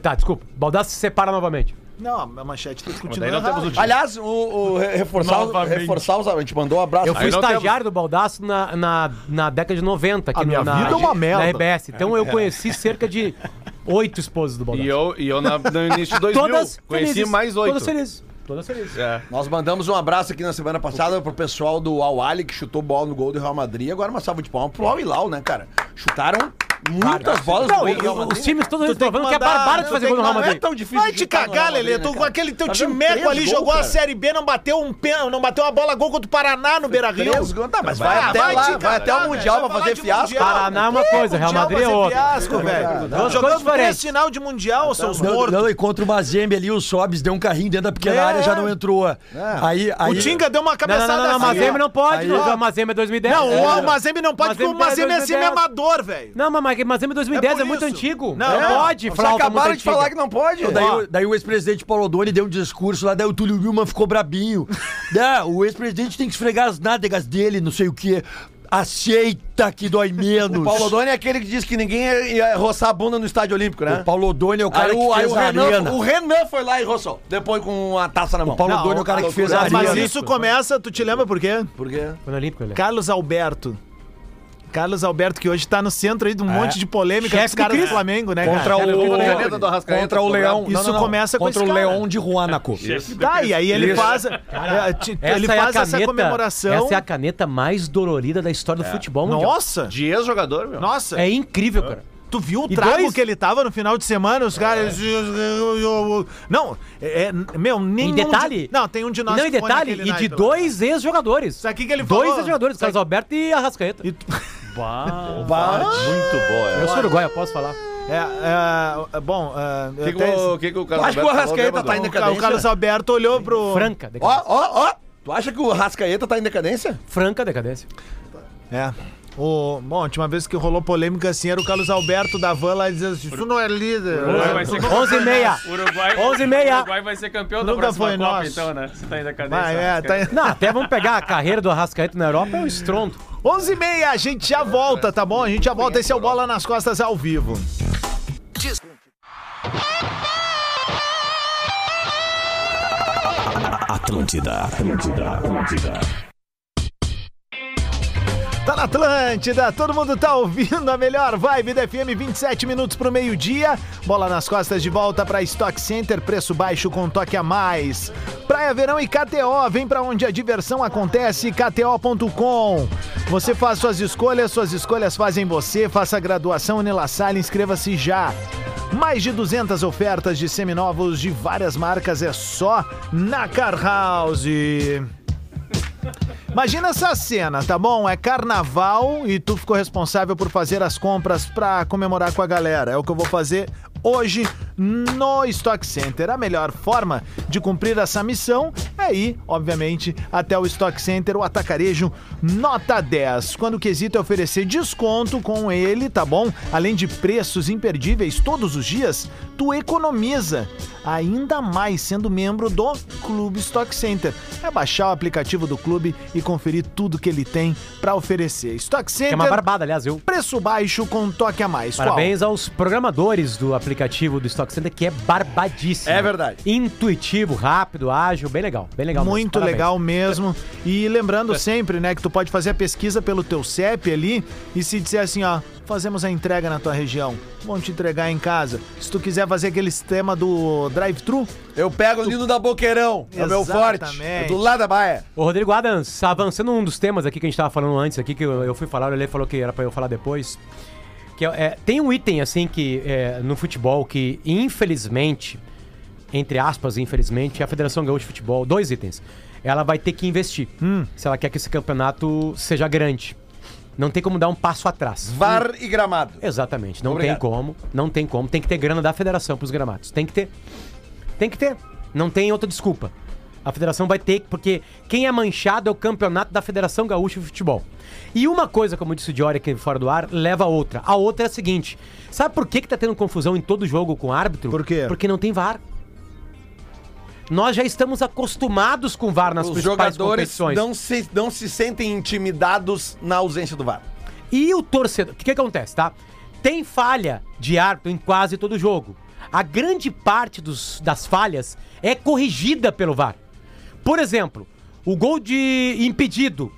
Tá, desculpa. Baldaço se separa novamente.
Não, a manchete tá
Mas
discutindo
daí nós temos o
errado.
time.
Aliás, o, o re- reforçar, os-
Novamente.
reforçar os. A gente mandou um abraço.
Eu fui
não
estagiário do Baldaço na, na, na década de 90, aqui
A minha
na,
vida é uma merda.
na RBS. Então
É.
eu conheci cerca
*laughs*
de oito esposas do Baldaço.
E eu, e eu na, no início de 2000,
Todas
conheci
felizes.
mais oito.
Todas felizes. Todas felizes.
É.
Nós mandamos um abraço aqui na semana passada pro pessoal do Al Ahly que chutou bola no gol do Real Madrid. Agora uma salva de palmas pro Al Hilal, né, cara? Chutaram muitas bolas no
Não,
gol
e
do Real
o-
Madrid.
os times todos
Tu tem que
reclamando que é
mandar-
barbário de
tu
fazer
tem
gol no um
que
Real
Não é
Madrid.
tão difícil.
Vai te
chutar no Real
cagar,
Madrid,
Lelê.
né,
Tu,
cara?
com aquele teu
Tá vendo?
timeco
Três
ali,
gols,
jogou a
cara.
Série B, não bateu um pênalti, não bateu uma bola gol contra o Paraná no Beira Rio.
Três gols. Tá, mas vai,
Ah,
até
vai
lá,
te
vai
cagar,
até o
né?
velho.
Mundial
Vai
pra fazer
falar de
fiasco.
Mundial.
Paraná é uma coisa, Real
Mundial
Madrid é
vai ser
outra.
Fiasco, velho. Nós
Jogando
jogamos três
diferente.
final de
Então,
Mundial, seus
Não,
mortos.
não, e contra o Mazembe ali, o Sobs deu um carrinho dentro da pequena
tá É.
área já não entrou. Aí, aí,
O Tinga deu uma
Não, não,
cabeçada
não, não,
assim, ó.
Mazembe não pode.
Aí,
não,
ó.
O Mazembe é 2010.
Não,
É.
o Mazembe não pode, porque o
Mazembe é
Mazembe é
2010.
semi-amador, velho.
Não, mas Mazembe- Mazembe é 2010, é,
por
muito
isso.
antigo.
Não,
Não,
é.
pode,
Vocês
flauta
acabaram
muito
de falar que
antiga.
não pode.
Daí,
Ó.
o- daí o ex-presidente Paulo Doni deu um discurso lá, daí o Túlio Wilman ficou brabinho. né? O ex-presidente tem que esfregar as nádegas dele, não sei o quê. Aceita que dói menos.
Paulo Doni é aquele que disse que ninguém ia, ia roçar a bunda no estádio olímpico, né?
O Paulo Doni é o cara
Aí, o,
que
aí
fez
o
a arena.
Renan, o Renan foi lá e roçou. Depois com uma taça na mão.
O Paulo
Não,
Doni é o cara que fez a
Mas, mas
arena.
isso começa, tu te lembra por quê?
Por quê?
Foi no Olímpico, ele.
Carlos Alberto. Carlos Alberto, que hoje tá no centro aí de um monte de polêmica
É. Chefe
dos
do
caras do
Cris.
Flamengo, né,
Contra
cara?
o,
Arrascaeta do Arrascaeta,
contra o
cobrado.
né,
Leão.
Isso começa com
contra
esse
o
cara.
Leão de Ruanaco.
Tá, e aí ele faz, é, ti- ele
é a
faz essa
caneta-
comemoração.
Essa é a caneta mais dolorida da história do futebol mundial.
Nossa!
De ex-jogador, meu.
Nossa!
É incrível, cara.
Tu viu o
E
trago
dois-
que ele tava no final de semana? Os caras. Não, é, é- meu, nenhum.
Em detalhe.
de- Não, tem um de nós
Não,
que
e
foi
detalhe,
naquele
e de
naipe lá.
dois ex-jogadores.
Sabe o que que ele
Dois
falou?
ex-jogadores, Carlos Alberto e Arrascaeta.
E tu- *laughs*
Muito boa, é.
Eu sou uruguaio, posso falar.
É, é, é, bom, é,
O que, que,
até-
o- que que o cara
Acho que o Arrascaeta tá em
o, ca- o
decadência.
Carlos Alberto olhou pro.
Franca,
Ó,
decadência.
ó, ó. Tu acha que o Rascaeta tá em decadência?
Franca, decadência.
É. O, bom, a última vez que rolou polêmica assim era o Carlos Alberto da van lá dizendo assim: Isso não é líder.
Uruguai vai ser campeão.
11 e meia.
Uruguai,
11 e meia.
Uruguai vai ser campeão
Nunca
da próxima
foi
Copa,
nosso.
então, né? Você tá ainda cadência.
Vai, é, tá...
Não, até vamos pegar a carreira do Arrascaeta na Europa, é um estrondo.
11 e meia, a gente já volta, tá bom? A gente já volta. Esse é o Bola nas Costas ao vivo.
Atlântida, Atlântida, Atlântida.
Tá na Atlântida, todo mundo tá ouvindo a melhor vibe da FM, 27 minutos pro meio-dia. Bola nas costas de volta pra Stock Center, preço baixo com toque a mais. Praia Verão e KTO, vem pra onde a diversão acontece, KTO.com. Você faz suas escolhas, suas escolhas fazem você, faça a graduação Unila Sala, inscreva-se já. Mais de 200 ofertas de seminovos de várias marcas é só na Car House. Imagina essa cena, tá bom? É carnaval e tu ficou responsável por fazer as compras pra comemorar com a galera. É o que eu vou fazer hoje no Stock Center. A melhor forma de cumprir essa missão é ir, obviamente, até o Stock Center, o atacarejo nota 10. Quando o quesito é oferecer desconto com ele, tá bom? Além de preços imperdíveis todos os dias, tu economiza ainda mais sendo membro do Clube Stock Center. É baixar o aplicativo do clube e conferir tudo que ele tem pra oferecer. Stock Center,
É uma barbada, aliás, eu.
preço baixo com toque a mais. Então- Qual?
Parabéns aos programadores do aplicativo do Stock Center, que é barbadíssimo.
É verdade.
Intuitivo, rápido, ágil, bem legal. Bem legal. mesmo.
Muito
Parabéns.
legal mesmo. E lembrando sempre, né, que tu pode fazer a pesquisa pelo teu CEP ali e se dizer assim, ó, fazemos a entrega na tua região, vão te entregar em casa. Se tu quiser fazer aquele sistema do drive-thru,
Eu pego o Nino da Boqueirão, é o meu forte. é
Exatamente.
do lado da baia.
Ô, Rodrigo Adams, avançando um dos temas aqui que a gente tava falando antes aqui, que eu, eu fui falar, ele falou que era pra eu falar depois. Que é- é, tem um item, assim, que é, no futebol que, infelizmente, entre aspas, infelizmente, a Federação Gaúcha de Futebol, dois itens, ela vai ter que investir se ela quer que esse campeonato seja grande. Não tem como dar um passo atrás.
VAR e gramado.
Exatamente, não
Obrigado.
tem como, não tem como. Tem que ter grana da federação pros gramados. Tem que ter. Tem que ter. Não tem outra desculpa. A federação vai ter, porque quem é manchado é o campeonato da Federação Gaúcha de Futebol. E uma coisa, como disse o Diori aqui fora do ar, leva a outra. A outra é a seguinte: sabe por que, que tá tendo confusão em todo jogo com o árbitro?
Por quê?
Porque não tem VAR. Nós já estamos acostumados com VAR nas
Os
principais
jogadores
competições.
não se, não se sentem intimidados na ausência do VAR.
E o torcedor. O que, que acontece, tá? Tem falha de árbitro em quase todo jogo. A grande parte dos- das falhas é corrigida pelo VAR. Por exemplo, o gol de impedido.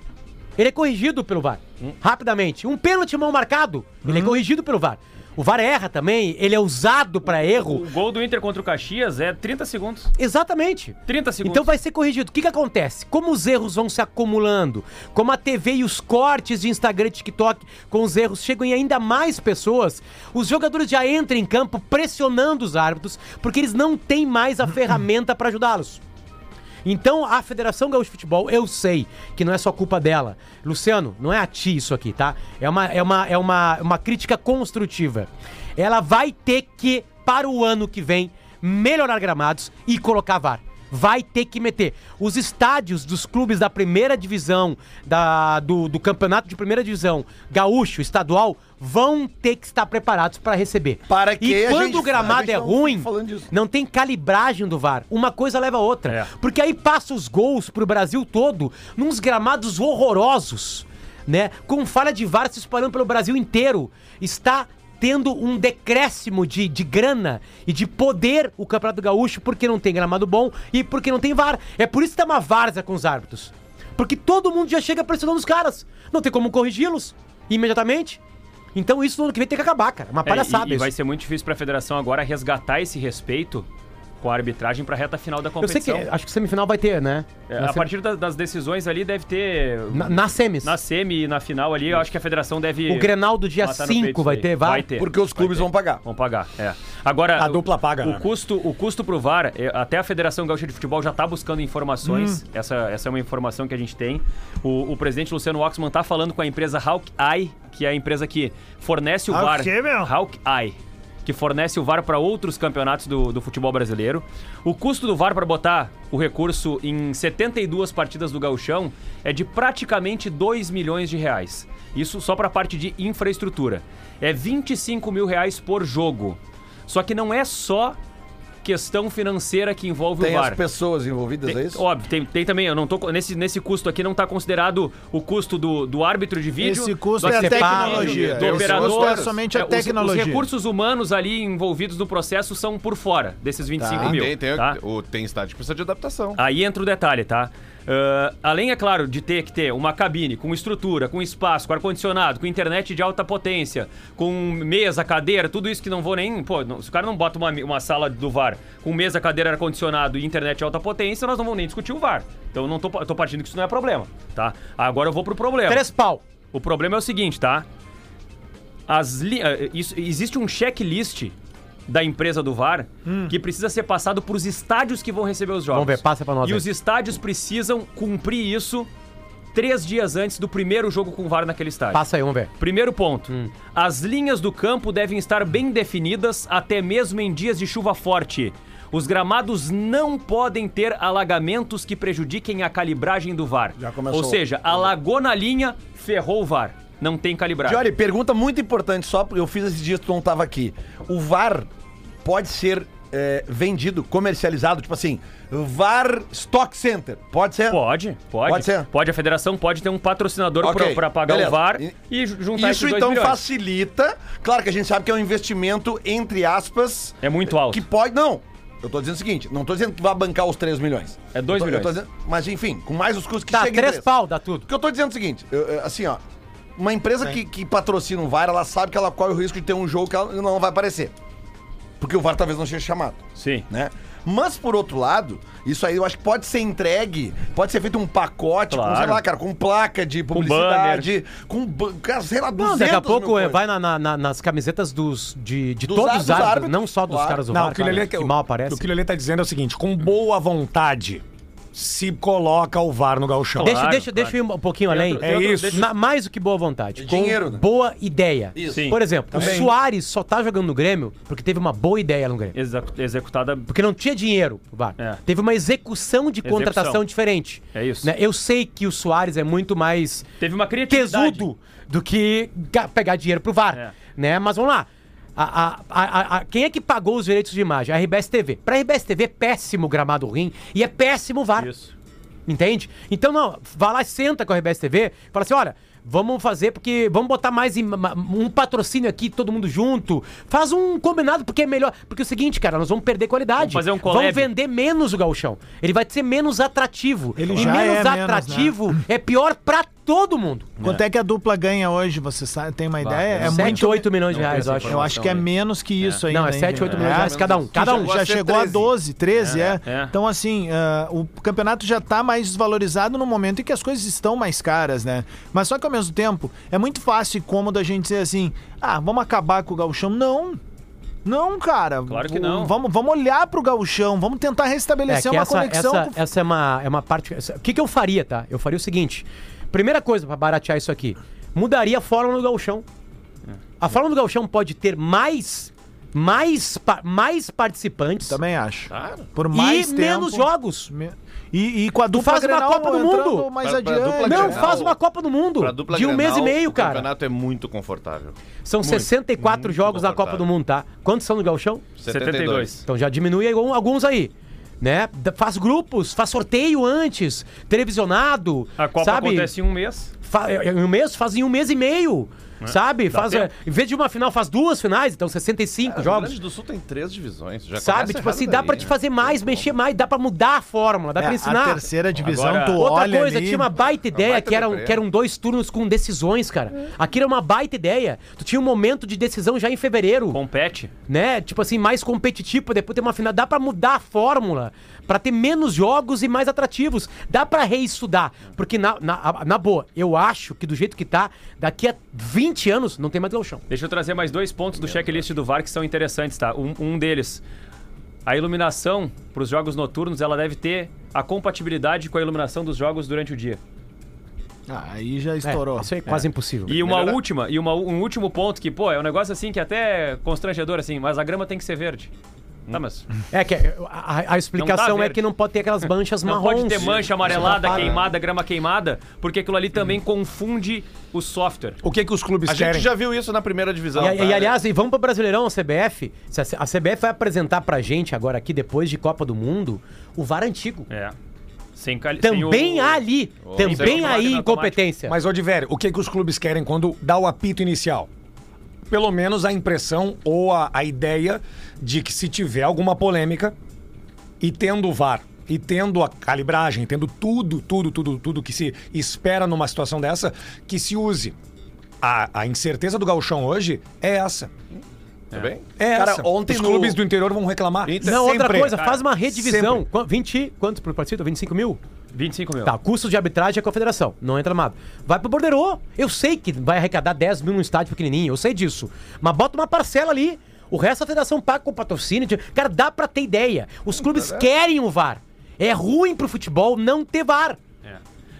Ele é corrigido pelo VAR. Rapidamente. Um pênalti mal marcado. Ele é corrigido pelo VAR. O VAR erra também. Ele é usado para erro.
O gol do Inter contra o Caxias é 30 segundos.
Exatamente.
30 segundos.
Então vai ser corrigido. O que, que acontece? Como os erros vão se acumulando, como a TV e os cortes de Instagram e TikTok com os erros chegam em ainda mais pessoas, os jogadores já entram em campo pressionando os árbitros, porque eles não têm mais a ferramenta para ajudá-los. Então, a Federação Gaúcha de Futebol, eu sei que não é só culpa dela. Luciano, não é a ti isso aqui, tá? É uma, é uma, é uma, uma crítica construtiva. Ela vai ter que, para o ano que vem, melhorar gramados e colocar VAR. Vai ter que meter. Os estádios dos clubes da primeira divisão, da, do, do campeonato de primeira divisão, gaúcho, estadual, vão ter que estar preparados para receber.
Para que
e
a
quando
gente-
o
a
gramado
gente
é
não
ruim,
fica falando disso.
não tem calibragem do VAR. Uma coisa leva a outra.
É.
Porque aí passa os gols pro Brasil todo nos gramados horrorosos, né? Com falha de VAR se espalhando pelo Brasil inteiro. Está tendo um decréscimo de, de grana e de poder o Campeonato Gaúcho porque não tem gramado bom e porque não tem VAR. É por isso que tá uma várzea com os árbitros. Porque todo mundo já chega pressionando os caras. Não tem como corrigi-los imediatamente. Então isso no ano que vem tem que acabar, cara. Uma
É,
palhaçada
e, e
isso.
vai ser muito difícil pra federação agora resgatar esse respeito com a arbitragem pra reta final da
Eu sei que
competição.
acho que semifinal vai ter, né?
É,
na,
a
sem-
partir da- das decisões ali deve ter.
na, na semis.
Na semi e na final ali, eu acho que a federação deve.
O Grenal do dia
matar no peito
5 vai
isso
ter
aí.
VAR?
Vai
É.
ter.
Porque os clubes vão pagar.
Vão pagar, é. Agora.
A
o-
dupla paga,
O
né?
custo, o custo pro VAR, é, até a Federação Gaúcha de Futebol já tá buscando informações.
Hum.
Essa, essa é uma informação que a gente tem. O, o presidente Luciano Oxman tá falando com a empresa Hawkeye, que é a empresa que fornece o
Ah, o
VAR.
quê, meu?
Hawkeye. Que fornece o VAR para outros campeonatos do, do futebol brasileiro. O custo do VAR para botar o recurso em 72 partidas do Gauchão é de praticamente 2 milhões de reais. Isso só para a parte de infraestrutura. É 25 mil reais por jogo. Só que não é só questão financeira que envolve
Tem
o VAR.
as pessoas envolvidas,
Tem-
é isso?
Óbvio, tem, tem também, eu não tô. co- Nesse, nesse custo aqui não tá considerado o custo do, do árbitro de vídeo.
Esse custo
do
é a
assistente
tecnologia.
de vídeo, Do
Esse
operador.
custo é somente
os-
a
Os,
tecnologia.
recursos humanos ali envolvidos no processo são por fora desses 25 mil.
tem, tem,
tá?
o, tem estádio que precisa de adaptação.
Aí entra o detalhe, tá? Ah, além, é claro, de ter que ter uma cabine com estrutura, com espaço, com ar-condicionado, com internet de alta potência, com mesa, cadeira, tudo isso que não vou nem. Pô, não- se o cara não bota uma, me- uma sala do VAR com mesa, cadeira, ar-condicionado e internet de alta potência, nós não vamos nem discutir o VAR. Então eu não tô, pa- eu tô partindo que isso não é problema, tá? Agora eu vou pro problema.
Três pau.
O problema é o seguinte, tá? As li- eh, isso- existe um checklist da empresa do VAR que precisa ser passado para os estádios que vão receber os jogos.
Hum. Vamos ver, passa pra nós
E
aí.
os estádios precisam cumprir isso três dias antes do primeiro jogo com o VAR naquele estádio.
Passa aí, vamos ver.
Primeiro ponto: as linhas do campo devem estar bem definidas, até mesmo em dias de chuva forte. Os gramados não podem ter alagamentos que prejudiquem a calibragem do VAR.
Já começou.
Ou seja, alagou na linha, ferrou o VAR. Não tem calibragem.
Jory, pergunta muito importante só, porque eu fiz esses dias, tu não tava aqui. O VAR pode ser é, vendido, comercializado, tipo assim, VAR Stock Center. Pode ser?
Pode, pode.
Pode ser?
Pode, a federação pode ter um patrocinador
Ok,
pra- pra pagar
beleza.
o VAR
E-
e ju- juntar esses
Isso
dois
então
milhões.
facilita. Claro que a gente sabe que é um investimento, entre aspas.
É muito alto.
Que pode. Não. Eu tô dizendo o seguinte, não tô dizendo que vai bancar os 3 milhões.
É dois
Eu tô- eu tô
milhões.
dizendo- mas enfim, com mais os custos que
Tá,
chega em
três
três.
pau, dá tudo.
O que eu tô dizendo é o seguinte, eu- eu- assim, ó. Uma empresa que, que patrocina um VAR, ela sabe que ela corre o risco de ter um jogo que ela não vai aparecer. Porque o VAR talvez não seja chamado,
Sim.
né? Mas, por outro lado, isso aí eu acho que pode ser entregue, pode ser feito um pacote, com, sei
Claro.
lá, cara, com placa de publicidade, com, ban- cara, sei lá, 200
Não, daqui a
mil
pouco é,
coisas.
vai na- na- na- nas camisetas dos, de, de
Dos
todos
ar-
os
dos
árbitros,
árbitros,
não só dos
claro.
caras do
Não,
VAR,
o que o
é
Lelê,
cara, que mal aparece.
O que o Lelê tá dizendo é o seguinte: com boa vontade se coloca o VAR no galchão.
Deixa,
Claro,
deixa,
claro.
deixa eu ir um pouquinho além.
É
outro-
isso.
Na- mais do que boa vontade. Com
dinheiro, né?
boa ideia.
Isso.
Sim.
Por exemplo, o Soares só tá jogando no Grêmio porque teve uma boa ideia no Grêmio.
Execu- executada.
Porque não tinha dinheiro, pro VAR.
É.
Teve uma execução de
Execução.
contratação diferente.
É isso.
Né? Eu sei que o Soares é muito mais
Teve uma criatividade.
tesudo do que ga- pegar dinheiro pro VAR.
É.
Né? Mas vamos lá. A, a- a- a- a- quem é que pagou os direitos de imagem? A RBS TV. Pra RBS TV é péssimo o gramado ruim e é péssimo o VAR.
Isso.
Entende? Então, não, vá lá, senta com a RBS TV, fala assim: olha, vamos fazer porque vamos botar mais im- ma- um patrocínio aqui, todo mundo junto. Faz um combinado porque é melhor. Porque é o seguinte, cara, nós vamos perder
Vamos
qualidade.
fazer um collab.
Vamos vender menos o gauchão. Ele vai ser menos atrativo.
Ele
e
já é
menos
menos,
atrativo é pior pra todo mundo.
Quanto é que a dupla ganha hoje? Você sabe, tem uma ideia? É
7,
muito.
8 milhões de reais, eu
tem
acho.
Eu acho que é menos que isso ainda.
Não, é
hein,
7, 8
gente?
milhões de
É.
reais cada um. Cada um.
já chegou a 12, 13, é.
é.
Então, assim, ah, o campeonato já tá mais desvalorizado no momento em que as coisas estão mais caras, né? Mas só que ao mesmo tempo, é muito fácil e cômodo a gente dizer assim: ah, vamos acabar com o gauchão. Não. Não, cara.
Claro que
O-
não.
Vamos, vamos olhar pro gauchão, vamos tentar
É,
restabelecer
que
uma
essa,
conexão
essa,
com
essa é uma, é uma parte. essa- o que, que eu faria, tá? Eu faria o seguinte: primeira coisa pra baratear isso aqui, mudaria a fórmula do Galchão.
É.
A fórmula do Galchão pode ter mais, mais, pa- mais participantes
Também acho. Por
e
mais tempo-
menos jogos.
Me- E, e com a dupla
faz uma
Grenal
Copa do
entrando
Mundo.
Mais
Pra- pra
adiante.
dupla
Não,
Grenal,
faz uma Copa do Mundo
Pra dupla
de um
Grenal,
mês e meio,
o
cara.
campeonato é muito confortável.
São
muito,
64
muito
jogos na
confortável.
Copa do Mundo, tá? Quantos são no Galchão?
72.
Então já diminui algum- alguns aí. Né? Da- Faz grupos, faz sorteio antes, televisionado.
A Copa
sabe?
acontece em um mês.
Fa- é- é um mês, faz em um mês e meio. Sabe?
dá
Faz,
tempo.
é, em vez de uma final, faz duas finais, então 65
Cara, o Rio
jogos.
Grande do Sul tem três divisões. Já
Sabe?
É, começa
Tipo assim,
errado
dá
daí,
pra te
né?
fazer mais, mexer mais, dá pra mudar a fórmula, dá
É,
pra ensinar.
A terceira divisão,
Agora-
tu
ah, Outra
olha
coisa,
ali.
tinha uma baita ideia
baita
que, eram,
deprê.
que eram dois turnos com decisões, cara. Aqui era uma baita ideia. Tu tinha um momento de decisão já em fevereiro
Compete.
né? Tipo assim, mais competitivo, pra depois ter uma final. Dá pra mudar a fórmula, pra ter menos jogos e mais atrativos. Dá pra reestudar. Porque, na, na, na boa, eu acho que do jeito que tá, daqui a 20 anos não tem mais galchão.
Deixa eu trazer mais dois pontos do checklist do VAR que são interessantes, tá? Um, um deles, a iluminação para os jogos noturnos, ela deve ter a compatibilidade com a iluminação dos jogos durante o dia.
Ah, aí já
É,
estourou.
isso aí é quase impossível.
E uma última, e uma- um último ponto que, pô, é um negócio assim que é até constrangedor, assim, mas a grama tem que ser verde. Tá, mas
É que a, a- a explicação é
verde.
que não pode
*laughs*
ter aquelas manchas
não
marrons.
pode ter mancha amarelada,
Atrapalha.
queimada, grama queimada, porque aquilo ali também confunde o software.
O que, que os clubes
A
querem?
gente já viu isso na primeira divisão.
E,
tá?
e, aliás, e vamos pro Brasileirão, a CBF. Se A a CBF vai apresentar pra gente agora aqui, depois de Copa do Mundo, o VAR antigo.
É. Sem cali- sem
Também
o-
há ali,
o-
também
sem o
há aí
automático.
incompetência.
É. Mas, Odivério, o que, que os clubes querem quando dá o apito inicial? Pelo menos a impressão ou a, a ideia de que se tiver alguma polêmica e tendo o VAR e tendo a calibragem, tendo tudo, tudo, tudo, tudo que se espera numa situação dessa, que se use. A, a incerteza do gauchão hoje é essa.
Tá bem?
É
Cara,
essa.
ontem
Os
no-
clubes do interior vão reclamar.
Não, outra
sempre.
coisa, faz uma redivisão.
Sempre.
Qua- 20, quantos por partido? 25 mil?
25 mil.
Tá, custo de arbitragem é a confederação, não entra nada. Vai pro Borderô. Eu sei que vai arrecadar 10 mil num estádio pequenininho, eu sei disso. Mas bota uma parcela ali. O resto a federação paga com patrocínio. de- Cara, dá pra ter ideia. Os clubes querem o VAR. É ruim pro futebol não ter VAR.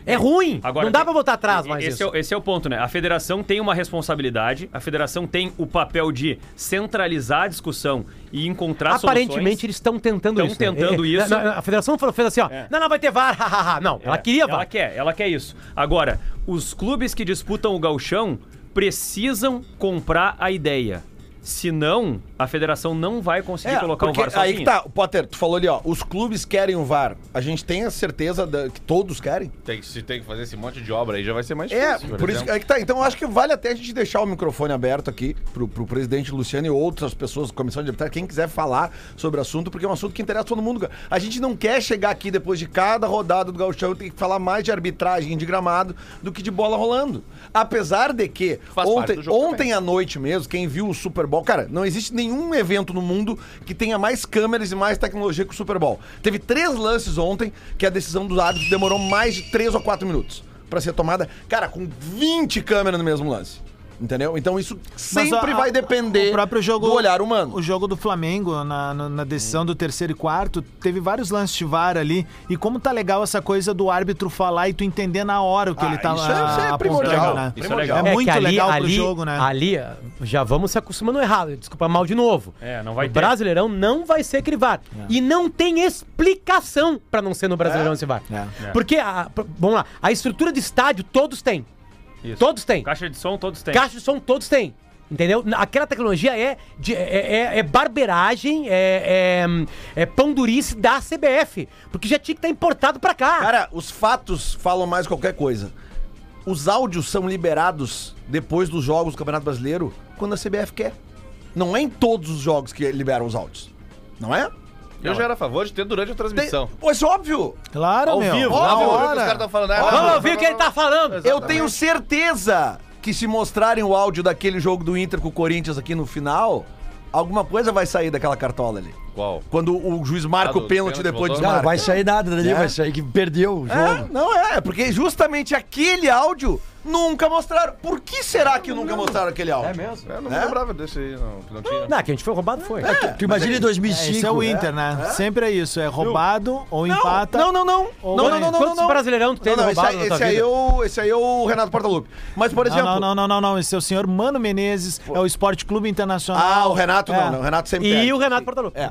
É ruim. não dá pra voltar atrás
e-
mais
esse
isso.
É, o- esse é o ponto, né? A federação tem uma responsabilidade, a federação tem o papel de centralizar a discussão e encontrar
Aparentemente
soluções.
eles estão tentando
Tão
isso. né?
tentando
É,
isso.
na- na- a federação falou, fez assim, ó. Não, não vai ter VAR, *laughs* hahaha. Não, ela
É,
queria VAR.
Ela quer, ela quer isso. Agora, os clubes que disputam o gauchão precisam comprar a ideia. Senão, a federação não vai conseguir
É,
colocar o
porque
VAR sozinha.
Aí que tá, Potter, tu falou ali, ó, os clubes querem o VAR. A gente tem a certeza da- que todos querem?
Tem, que- se tem que fazer esse monte de obra aí, já vai ser mais
É,
difícil.
por isso que-
exemplo.
aí que tá. Então eu acho que vale até a gente deixar o microfone aberto aqui pro, pro presidente Luciano e outras pessoas, comissão de arbitragem, quem quiser falar sobre o assunto, porque é um assunto que interessa todo mundo. cara. A gente não quer chegar aqui depois de cada rodada do Gauchão e ter que falar mais de arbitragem de gramado do que de bola rolando. Apesar de que
Faz parte
ontem,
do jogo
ontem à noite mesmo, quem viu o Super Bowl, cara, não existe nenhum evento no mundo que tenha mais câmeras e mais tecnologia que o Super Bowl. Teve três lances ontem que a decisão dos árbitros demorou mais de três ou quatro minutos pra ser tomada, cara, com 20 câmeras no mesmo lance. Entendeu? Então isso
Mas
sempre
a-
vai
a-
depender
o próprio jogo,
do olhar humano.
O jogo do Flamengo, na, na- na decisão do terceiro e quarto, teve vários lances de VAR ali. E como tá legal essa coisa do árbitro falar e tu entender na hora o que
Ah,
ele tá
isso é- isso é
apontando,
primordial,
né?
isso é legal.
É,
que
muito
ali-
legal pro
ali-
jogo, né?
Ali, já vamos se acostumando errado. Desculpa, mal de novo.
É, não vai
o
ter.
Brasileirão não vai ser aquele VAR. E não tem explicação pra não ser no Brasileirão esse VAR.
É. É.
Porque, a- p- vamos lá, a estrutura de estádio todos têm. Todos têm.
Caixa de som, todos têm.
tá. Caixa de som todos têm. Entendeu? Aquela tecnologia é, de- é, é- é barbeiragem, é, é, é pão durice da CBF. Porque já tinha que estar importado pra cá.
Cara, os fatos falam mais qualquer coisa. Os áudios são liberados depois dos jogos do Campeonato Brasileiro quando a CBF quer. Não é em todos os jogos que liberam os áudios. Não é?
Eu já era a favor de ter durante
Tem...
a transmissão.
Pô, isso é óbvio.
Claro, meu.
na
óbvio.
hora. que Os caras estão falando. ah,
Vamos ouvir o que ele tá falando.
Eu tenho certeza que se mostrarem o áudio daquele jogo do Inter com o Corinthians aqui no final, alguma coisa vai sair daquela cartola ali.
Qual?
Quando o juiz marca
Ah,
o
do
pênalti
pênalti
depois
voltou?
Não,
desmarca.
vai sair nada dali,
É?
vai sair que perdeu o
É,
jogo.
não é, é porque justamente aquele áudio nunca mostraram. Por que será que nunca mostraram aquele áudio? É mesmo?
Eu não
É?
me lembrava desse aí, não. que não tinha.
Não, que a gente foi roubado, foi.
Tu imagina em
É,
2005.
isso é o Inter, né? Sempre é isso. É roubado ou
Não,
empata.
não, não, não.
Ou
Não, não,
ganha.
não, não, não,
Quantos
não.
brasileirão tu tem
Não, não,
roubado
esse,
na
aí,
tua
esse aí é
vida?
o, esse aí é o Renato Portaluppi. Mas, por exemplo...
Ah, Não, não, não, não, não, Esse é o senhor Mano Menezes, é o Esporte Clube Internacional.
Ah, o Renato
É.
não, não. O Renato sempre
E
perde.
o Renato Portaluppi.
É.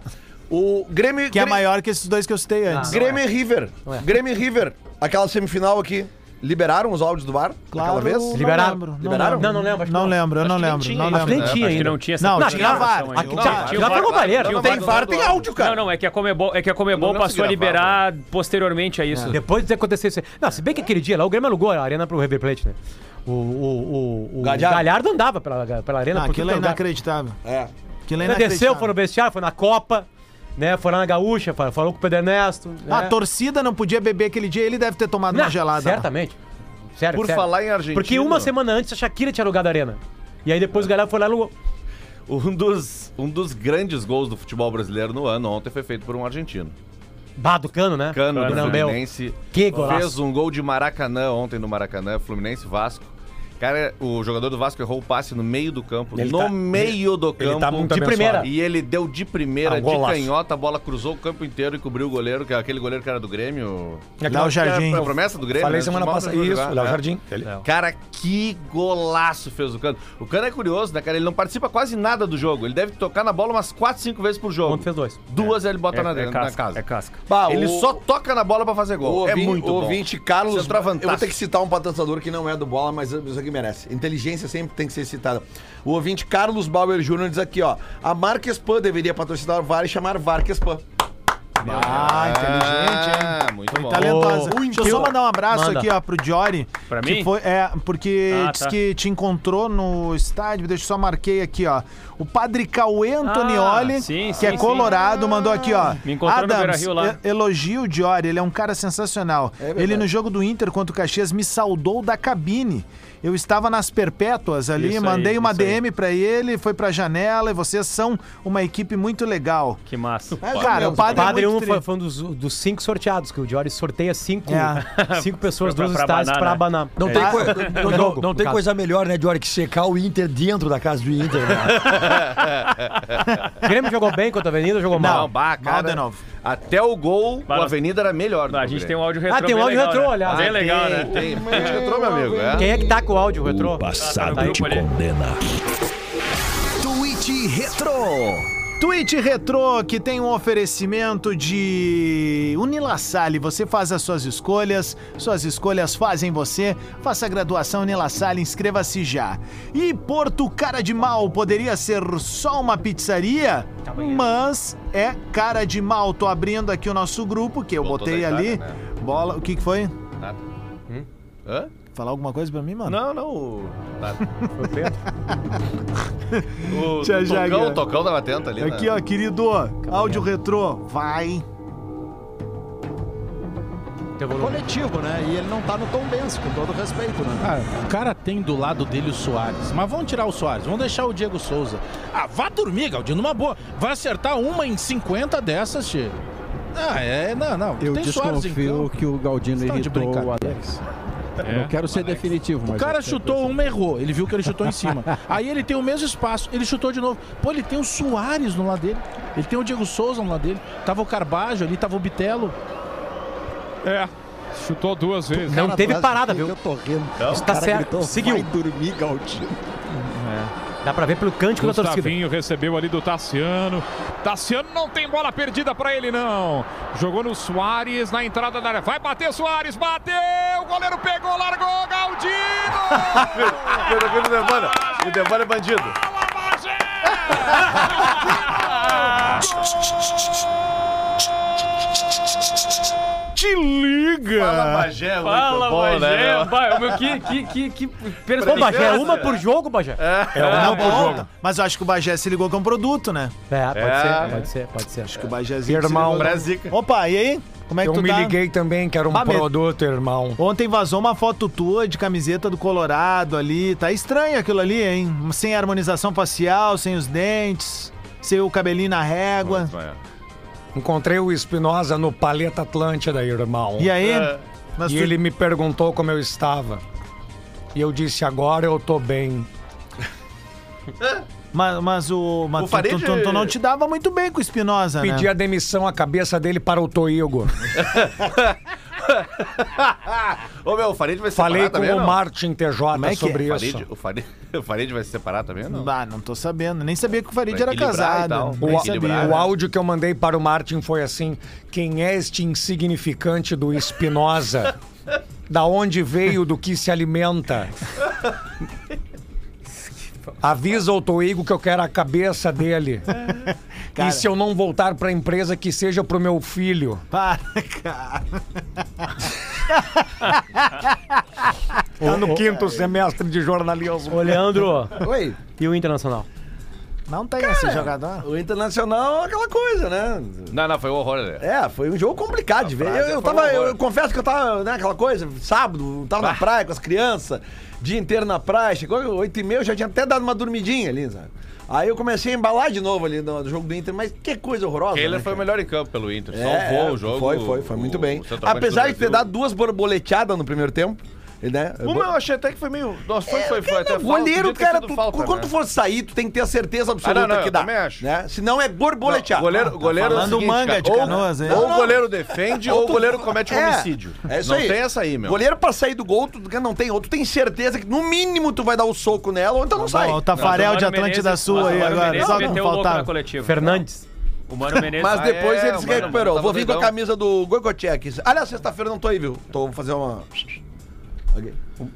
O Grêmio...
Que é
Grêmio-
maior que esses dois que eu citei antes.
Grêmio e River. Grêmio e River. Aquela semifinal aqui. Liberaram os áudios do VAR?
Claro,
Aquela vez?
não
Liberaram?
lembro, não
Liberaram?
lembro.
Não, não lembro, acho que
Não
não.
lembro, eu não
que nem
lembro.
tinha
Não
ainda.
Acho que nem
lembro.
Acho
tinha
que
ainda.
não tinha essa
Não,
Não, acho que
tinha
lá
VAR.
informação
Aqui
ainda.
Não,
tá,
tinha
já foi
VAR.
roubalheira.
Não,
Tem
não,
VAR,
não,
tem
não.
áudio, cara.
Não, não, é que a Comebol, é que a
Não
Comebol
lembro
passou a
se gravava.
liberar posteriormente a isso.
Depois de acontecer isso. aí. Não, se bem que aquele dia lá, o Grêmio alugou a arena pro River Plate, né? O, o, o, o
Galhardo.
Galhardo. andava pela, pela arena.
Não,
por
aquilo é
tudo quanto é lugar.
inacreditável.
É.
Aquilo é
Ele desceu,
inacreditável.
foi no vestiário, foi na Copa, né? Foi lá na Gaúcha, foi- falou com o Pedro Ernesto. né?
A torcida não podia beber aquele dia, ele deve ter tomado
Não,
uma gelada. lá.
Certamente. Sério,
Por
sério.
falar em Argentina.
Porque uma semana antes a Shakira tinha alugado a arena. E aí depois o Galhardo foi lá e alugou.
Um dos, um dos grandes gols do futebol brasileiro no ano ontem foi feito por um argentino.
Bah, do cano, né?
Cano do
Não, meu.
Fluminense.
Que golaço.
Fez um gol de Maracanã ontem no Maracanã, Fluminense e Vasco. Cara, o jogador do Vasco errou o passe no meio do campo.
Ele
no
tá-
meio do
ele
campo.
tá muito
De
abençoado.
primeira.
E ele deu de primeira,
Ah, um
de
golaço.
canhota, a bola cruzou o campo inteiro e cobriu o goleiro, que é aquele goleiro que era do Grêmio.
É que
Léo
eu-
Jardim.
Era a promessa do Grêmio?
Falei
né?
semana
Mal
passada.
pra
Isso,
jogar,
é.
Léo
né?
Jardim. Ele-
Cara, que golaço fez o Cano. O Cano é curioso, né, cara? Ele não participa quase nada do jogo. Ele deve tocar na bola umas 4, 5 vezes por jogo.
Ontem fez dois.
Duas ele bota
É,
na,
é
na
casca,
casa.
é casca.
Bah,
ele
o-
só toca na bola pra fazer
O
gol.
ouvinte,
é muito
o
bom.
ouvinte Carlos,
Centroavantaço.
eu vou ter que citar um patrocinador que não é do bola, mas isso aqui merece. Inteligência sempre tem que ser citada. O ouvinte Carlos Bauer Júnior diz aqui, ó, a marca Spam deveria patrocinar o VAR e chamar VAR Spam.
Ah, inteligente, hein?
Ah, muito bom.
Talentosa. Deixa eu só mandar um abraço
Manda.
aqui, ó, pro Jory.
Pra
que
mim?
Foi, é, porque
Ah,
disse
tá.
que te encontrou no estádio. Deixa eu só marquei aqui, ó. O padre Cauê Antonioli,
Ah, sim,
que
sim,
é
sim.
colorado, mandou aqui, ó.
Me encontrou no Beira-Rio lá.
e- elogio o Jory, ele é um cara sensacional. ele no jogo do Inter contra o Caxias me saudou da cabine. Eu estava nas perpétuas ali,
Isso aí,
mandei uma
isso aí.
DM pra ele, foi pra janela e vocês são uma equipe muito legal.
Que massa.
É, cara, o padre,
O padre
é muito
um
tri.
foi, foi um dos, dos cinco sorteados, que o Diori sorteia cinco,
É.
*laughs* cinco pessoas
Pra- né?
dos
pra
estádios pra
abanar,
abanar.
Não
É.
tem,
Ah, *laughs*
coi- não- não-
jogo,
não
no
tem
caso.
coisa melhor, né, Dior, que secar o Inter dentro da casa do Inter. né?
O Grêmio jogou bem contra a Avenida ou jogou
Não,
mal?
bah, cara.
Mal de novo.
Até o gol,
Bah,
o
nós-
Avenida era melhor. do
Ah, a
que o
gente tem
Grêmio.
um áudio retrô.
Ah, tem
bem
um áudio
legal,
retrô, Tá,
né?
aliás.
Bem legal, né?
Tem, tem. Gente entrou, meu amigo. é.
Quem é que tá com o áudio, o retrô?
tá no grupo ali.
Tweet Retro, que tem um oferecimento de Unilassalle. Você faz as suas escolhas, suas escolhas fazem você. Faça a graduação Unilassalle, inscreva-se já. E Porto Cara de Mal poderia ser só uma pizzaria, mas é Cara de Mal. Tô abrindo aqui o nosso grupo, que eu
Voltou
botei
da Itália,
ali.
né?
Bola, o que que foi?
Tá. Hã?
Falar alguma coisa pra mim, mano?
Não, não. o- Nada.
Foi o Pedro.
*laughs* O
Tia É
Tocão,
Jaga.
o Tocão tava atento ali.
Aqui,
né?
ó, querido, áudio retrô, vai.
Teu volume.
coletivo, né? E ele não tá no Tom Benz, com todo respeito, né? o cara tem do lado dele o Soares, mas vão tirar o Soares, vão deixar o Diego Souza. Ah, vá dormir, Galdino, numa boa. Vai acertar uma em 50 dessas, Che. Ah, é, não, não.
Eu
tem Soares em
desconfio
campo.
que o Galdino
Tá de
irritou o
brincadeira.
Alex. Eu não quero ser definitivo, mas...
O cara chutou uma, errou. Ele viu que ele chutou em
*laughs*
cima. Aí ele tem o mesmo espaço, ele chutou de novo. Pô, ele tem o Soares no lado dele. Ele tem o Diego Souza no lado dele. Tava o Carbajo ali, tava o Bitelo.
É, chutou duas vezes.
Não teve parada, viu?
Eu tô rindo.
Isso tá certo. Seguiu.
dormir, Galdino.
Dá pra ver pelo cântico da torcida.
Gustavinho recebeu ali do Tassiano. Tassiano não tem bola perdida pra ele, não. Jogou no Soares, na entrada da área. Vai bater Soares, bateu! O goleiro pegou, largou, Galdino!
Pedro, aqui no Devana. O Devana é bandido.
Fala, Bagé!
Fala, Bagé. muito
Fala,
bom, né,
Bagé.
meu?
Bah, meu, que, que, que, que
Ô, Bagé,
perspectiva.
É uma por jogo, Bagé? É,
Não, volta. Mas eu acho que o Bagé se ligou com um produto, né?
pode
É.
ser, pode ser, pode ser.
Que o Bagézinho se
Irmão,
ligou com-
Brazica.
Opa, e aí? Como é que
Eu
tu
me
tá?
liguei também que era um
Bah, me-
produto, irmão.
Ontem vazou uma foto tua de camiseta do Colorado ali. Tá estranho aquilo ali, hein? Sem harmonização facial, sem os dentes, sem o cabelinho na régua.
Encontrei o Espinosa no Paleta Atlântida, irmão.
E aí? Mas
E
tu-
ele me perguntou como eu estava. E eu disse, agora eu tô bem.
mas, mas o. Mas
O
tu-
Farid-
tu, tu- tu não te dava muito bem com o Espinosa, né?
Pedi a demissão à cabeça dele para o Toigo.
Ô, meu, o Farid vai se
Falei
separar
com
também,
o
não?
Martin TJ
é que
sobre
O
isso.
Farid, o, Farid, *laughs* o Farid vai se separar também, ou não?
Ah, não tô sabendo. Nem sabia que o Farid
Pra
era
equilibrar e
casado.
tal.
nem
Pra
O,
equilibrar,
o
né?
áudio que eu mandei para o Martin foi assim: quem é este insignificante do
*laughs*
Espinosa? da onde veio, do que se alimenta? Avisa o Toigo que eu quero a cabeça dele.
*laughs* Cara.
E se eu não voltar para a empresa, que seja pro meu filho.
Para, cara.
Tá no quinto semestre de jornalismo.
Ô, Leandro,
Oi.
e o Internacional?
Não tem esse jogador.
O Internacional é aquela coisa, né?
Não, não, foi um horror, né?
É, foi um jogo complicado de ver. Eu,
frase
eu
foi um
tava, eu,
horror.
eu confesso que eu tava, né, aquela coisa, sábado, tava na praia com as crianças, dia inteiro na praia, chegou 8 e meia, eu já tinha até dado uma dormidinha ali, sabe? Aí eu comecei a embalar de novo ali no, no jogo do Inter, mas que coisa horrorosa.
Keller
né,
foi o
cara?
melhor em campo pelo Inter.
É,
Salvou o jogo.
Foi, foi, foi muito
o-
bem.
o centroavante do
Apesar de ter
Brasil.
dado duas borboleteadas no primeiro tempo, né? É,
Uma eu achei até que foi meio. Nossa, foi, foi, foi. até
O goleiro,
falta, podia ter
cara,
sido
tu-
falta,
quando
né?
tu for sair, tu tem que ter a certeza absoluta
Ah, não, não,
que
eu
dá.
também acho.
Né? Senão é tá. borboleteada.
Não, goleiro, goleiro é o
falando
seguinte,
manga
cara,
de
ou-
Canoas, hein?
ou
Não, não.
o goleiro defende ou o
tu-
goleiro comete um
É,
homicídio.
É isso
não
aí.
tem essa aí, meu.
Goleiro pra sair do gol, tu não tem outro. Tu tem certeza que no mínimo tu vai dar o soco nela ou então
tá
não sai.
Ó, o Tafarel
Mas o
tá de
Mano
Atlântida
Menezes-
Sul
mas o
aí
Mano
agora.
Menezes
Só
meteu o
não
louco na
faltava.
coletiva.
Fernandes.
O Mano Menezes.
Mas depois
é,
ele se
mano,
recuperou.
tava
Vou vir com a
doidão.
camisa do Goicoechea aqui. Aliás, sexta-feira eu não tô aí, viu? Tô vou fazer uma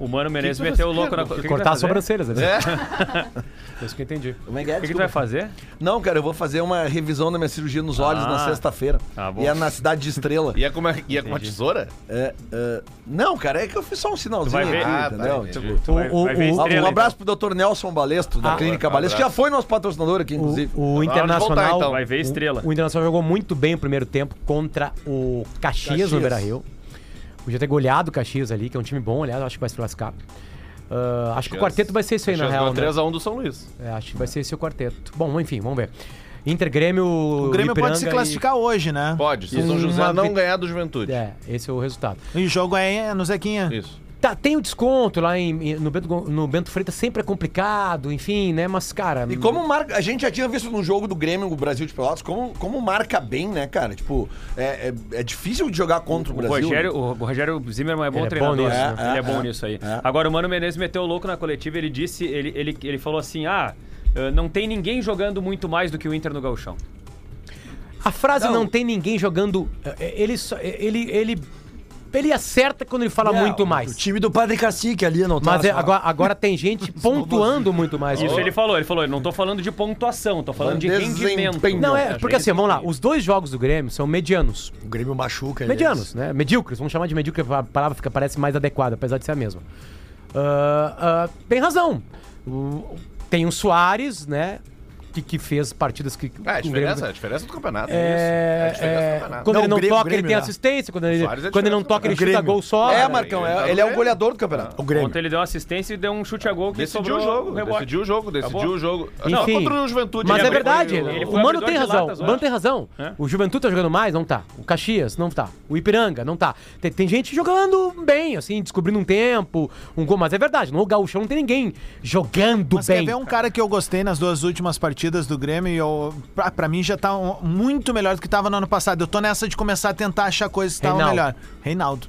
O, o Mano Menezes
Que que tu
meteu o
vai
louco
fazer,
na...
irmão?
o que
Cortar
que tu vai
as sobrancelhas,
fazer?
né?
É. Isso que eu entendi.
Como é que
O que que tu vai fazer?
Não, cara, eu vou fazer uma revisão da minha cirurgia nos olhos
Ah.
na sexta-feira.
Ah, bom.
e é na cidade de Estrela.
tá E é com uma, e é com uma
Entendi.
tesoura?
É, é, não, cara, é que eu fiz só um sinalzinho
Tu vai ver-
aqui,
Ah, tá,
entendeu?
entendi.
Tipo,
Tu vai- vai ver
um
estrela, então.
abraço pro Dr. Nelson Balesto, da
Ah,
Clínica
um
Balesto, que já
abraço.
foi nosso patrocinador aqui, inclusive.
Tá
O Internacional
então.
Vai ver estrela.
O, o Internacional jogou muito bem o primeiro tempo contra o Caxias, no
Caxias.
Beira-Rio. Podia ter goleado o Caxias ali, que é um time bom, aliás, acho que vai se lascar. Ah, acho que o
Caxias-
quarteto vai ser isso aí, na
Caxias
real.
ganhou 3 a 1
do São Luís. É, acho que vai ser esse o quarteto. Bom, enfim, vamos ver. Inter, Grêmio,
O Grêmio pode se classificar hoje, né?
Pode, se o São José não ganhar do Juventude.
É, esse é o resultado.
E o jogo é no Zequinha.
Isso.
Tá, tem o desconto lá em, em- no, Bento, Gon- no Bento Freitas, sempre é complicado, enfim, né? Mas, cara...
E como marca. A gente já tinha visto no jogo do Grêmio, o Brasil de Pelotas, como, como marca bem, né, cara? Tipo, é, é, é difícil de jogar contra
O
o, Brasil.
Rogério,
né?
o Rogério Zimmermann é bom
Ele é
treinador.
bom nisso,
né?
né?
ele é,
É,
bom
é,
nisso aí.
é.
Agora, o Mano Menezes meteu o louco na coletiva. Ele disse, ele, ele, ele falou assim: ah, eh, não tem ninguém jogando muito mais do que o Inter no Gauchão.
A frase não, tem ninguém jogando. é, é, Ele só. é, Ele. ele ele acerta quando ele fala
É,
muito
o-
mais.
O time do Padre Cacique ali não tá.
Mas é,
né?
só.
agora, agora tem
*laughs*
gente pontuando muito mais.
Isso ele falou, ele falou, eu não tô falando de pontuação, tô falando de rendimento.
Não,
né?
é, porque assim, vamos lá, os dois jogos do Grêmio são medianos.
O Grêmio machuca. aliás.
Medianos, né? Medíocres, vamos chamar de medíocre, a palavra fica, parece mais adequada, apesar de ser a mesma. Ah, ah, tem razão. O- tem o Soares, né? Que, que fez partidas que.
É, a
que o
diferença,
Grêmio-
a diferença do campeonato.
É,
isso. É a diferença
é,
do campeonato.
quando ele não
Grêmio-
toca, ele
Grêmio,
tem
né?
assistência. Quando ele,
Soares é
quando ele não
diferença do
toca, ele
campeonato.
chuta
O Grêmio.
gol só.
É,
Cara,
Marcão,
é- ele é o goleador do campeonato.
Ontem ele deu uma assistência e deu um chute a gol que
Decidiu
sobrou um
o jogo,
rebote.
decidiu o jogo, decidiu
Acabou.
o jogo.
Enfim,
Não, contra o Juventude. né?
Mas
ele
é
abriu-
verdade.
ele- ele
o
foi
Mano
abridor
tem
de
razão.
latas
o Mano
hoje.
tem razão.
É.
O Juventude tá jogando mais? Não tá. O Caxias? Não tá. O Ipiranga? Não tá. Tem, tem gente jogando bem, assim, descobrindo um tempo, um gol. Mas é verdade. No Gaúchão não tem ninguém jogando
Mas
bem.
quer ver um cara que eu gostei nas duas últimas partidas do Grêmio e eu, pra, pra mim já tá um- muito melhor do que tava no ano passado. Eu tô nessa de começar a tentar achar coisas que estavam
Reinaldo.
melhor. Reinaldo.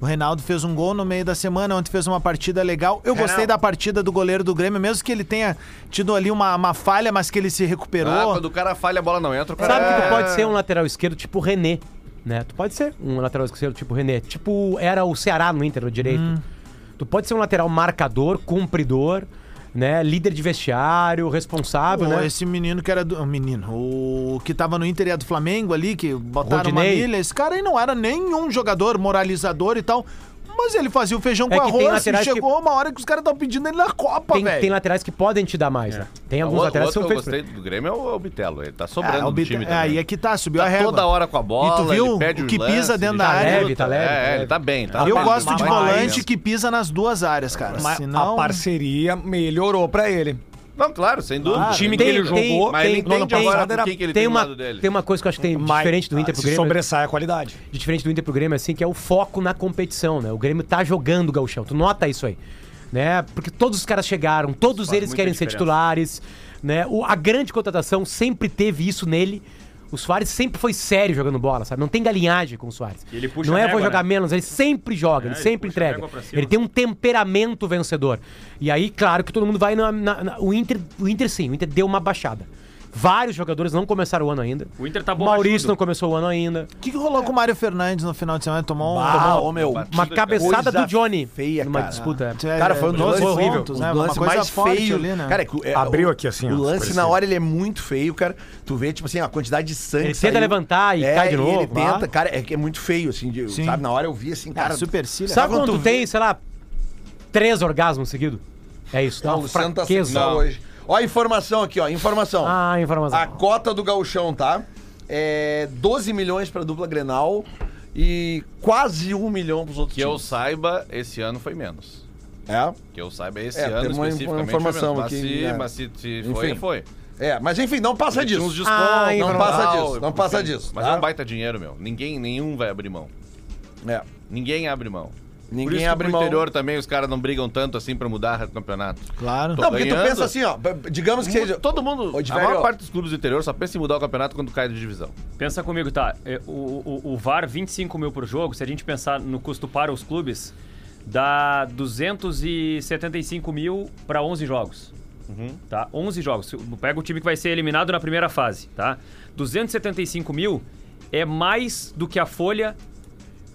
O Reinaldo fez um gol no meio da semana, ontem fez uma partida legal. Eu gostei
Reinaldo.
da partida do goleiro do Grêmio, mesmo que ele tenha tido ali uma, uma falha, mas que ele se recuperou.
Ah, quando o cara falha, a bola não entra. O cara
Sabe que tu
é-
pode ser um lateral esquerdo tipo René, né? Tu pode ser um lateral esquerdo tipo René. Tipo, era o Ceará no Inter, no direito.
Hum.
Tu pode ser um lateral marcador, cumpridor, né? Líder de vestiário, responsável,
Pô,
né?
Esse menino que era do. o Menino, o que tava no Inter e é do Flamengo ali, que botaram uma
Rodinei.
milha. Esse cara aí não era nenhum jogador moralizador e tal. Mas ele fazia o feijão
É que
com
tem
arroz e
laterais que-
chegou uma hora que os caras estão pedindo ele na Copa,
tem, tem
velho.
laterais que podem te dar
É.
mais, né? Tem alguns
O outro
laterais
que eu
que são
gostei
feitos.
do Grêmio é o o Bitelo. Ele tá
É,
Ah,
sobrando
o
no
Bit-
time
é, aí
também.
é que tá, subiu a
Tá
régua.
toda hora com a bola,
E tu viu
ele perde
o
os
que pisa
lances,
dentro
ele
da
tá
área.
leve, tá leve,
É,
leve.
ele tá bem. Tá
Eu
bem,
gosto
tá
de
bem.
volante que pisa nas duas áreas, cara.
Mas
Senão...
a parceria melhorou pra ele.
Não, claro, sem
O
dúvida.
time que ele jogou,
mas ele entende agora por que que ele tem do
uma,
lado dele.
Tem uma coisa que eu acho que tem
Mas-
É diferente do Inter
ah,
pro
se
Grêmio. né,
sobressai a qualidade.
de diferente do Inter pro Grêmio, assim, que é o foco na competição, né? O Grêmio tá jogando o gauchão, tu nota isso aí, né? Porque todos os caras chegaram, todos
faz
eles
muita
querem ser
diferença.
titulares, né? O- a grande contratação sempre teve isso nele. O Soares sempre foi sério jogando bola, sabe? Não tem galinhagem com o Soares.
E ele puxa
Não
a
é
régua,
vou jogar
né?
menos, ele sempre joga,
É,
ele
ele
sempre
puxa a
entrega.
régua pra cima.
Ele tem um temperamento vencedor. E aí, claro que todo mundo vai na, na- na- o Inter, o Inter sim, o Inter deu uma baixada. Vários jogadores não começaram o ano ainda.
O Inter tá bom.
Maurício não começou o ano ainda.
O que, que rolou com o Mário Fernandes no final de semana? Tomou um.
Ah,
tomou-
ô, meu.
Uma cabeçada do
Coisa
Johnny
feia,
numa
cara.
disputa.
É,
Cara, foi um dos
doze
lances
horrível.
pontos,
né?
né?
Uma
lance
coisa
mais
forte
feio.
ali, né?
Cara, é que o- é,
Abriu
o-
aqui assim, ó,
O lance
parecia.
na hora ele é muito feio, cara. Tu vê, tipo assim, a quantidade de sangue.
Ele
que
tenta levantar e cai de novo, Ah,
Ele
lá.
tenta, cara, é que é muito feio, assim. de-
Sim.
sabe, na hora eu vi assim, cara.
Cara, supercílio.
Sabe quando
quando
tu
tu
tem, sei lá, três orgasmos seguidos? É isso, dá
Não, o
uma
Luciano tá
fraqueza.
sensacional hoje. Ó a informação aqui, ó. Informação.
Ah, informação.
A cota do gauchão, tá? É 12 milhões pra dupla Grenal e quase 1 milhão pros outros
Que eu
times.
saiba, esse ano foi menos.
É?
Que eu saiba, esse
É,
ano
tem uma
especificamente
informação
foi menos. Mas,
aqui,
se,
é.
mas se, se
Enfim.
foi, foi.
É, mas enfim, não passa
Tinha
disso.
uns descontos,
Ah,
não
informação.
passa
tal,
disso, não passa
enfim.
disso.
Mas
tá?
é um baita dinheiro, meu. Ninguém, nenhum vai abrir mão.
É.
Ninguém abre mão. Por
Ninguém
isso
abre
que
mão.
pro interior também os caras não brigam tanto assim pra mudar o campeonato.
Claro.
Tô
Não, porque tu
ganhando.
pensa assim, ó. b- Digamos que seja.
Todo mundo,
Ô, de
a
velho,
maior
ó.
parte dos clubes do interior só pensa em mudar o campeonato quando cai de divisão.
Pensa comigo, tá? é, O, o, o VAR 25 mil por jogo, se a gente pensar no custo para os clubes, dá 275 mil para 11 jogos.
Uhum.
Tá? 11 jogos. Se- Pega o time que vai ser eliminado na primeira fase, tá? 275 mil é mais do que a folha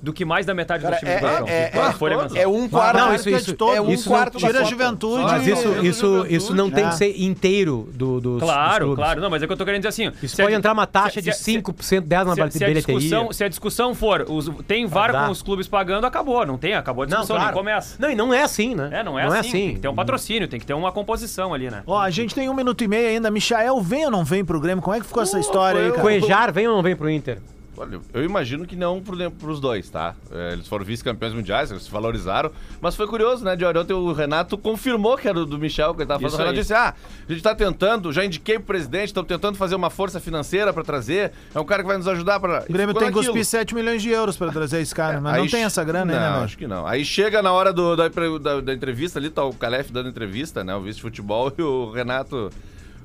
do que mais da metade
Cara,
dos times
é-
do Gauchão.
é-
Quando
é-
a folha mensal.
é um quarto-
Não, isso,
é de
isso,
todo,
é um
isso não
quarto
tira
da
a juventude.
Mas isso,
Tira a
isso,
juventude.
isso não tem
É.
que ser inteiro do, dos dos
Claro,
clubes.
claro. Não, mas é o que eu tô querendo dizer assim.
Isso
se a
pode
di-
entrar uma
se-
taxa de
se-
5% dela na
se, se, a
bilheteria.
discussão, se a discussão for, os- tem
Vai
VAR
dar.
com os clubes pagando, acabou. Não tem, acabou a
Não,
discussão,
claro.
nem começa.
Não, e não é assim, né?
É, não é,
Não é
assim.
assim.
Tem que ter um patrocínio, tem que ter uma composição ali, né?
Ó, a gente tem um minuto e meio ainda. Michael vem ou não vem pro Grêmio? Como é que ficou essa história aí, cara?
um
Cuejar vem ou não vem pro Inter?
Olha, eu imagino que não pro- pros dois, tá? É, Eles foram vice-campeões mundiais, eles se valorizaram. Mas foi curioso, né? De ontem o Renato confirmou que era do Michel que ele tava falando.
Isso
O Renato
aí.
disse: Ah, a gente tá tentando, já indiquei pro presidente, estamos tentando fazer uma força financeira pra trazer. É um cara que vai nos ajudar pra.
O Grêmio tem que cuspir 7 milhões de euros pra trazer esse cara, mas não tem essa grana
É, não,
ainda, né?
acho que não. Aí chega na hora do, da, da- da entrevista ali, tá o Calef dando entrevista, né? O vice-futebol *laughs* e o Renato.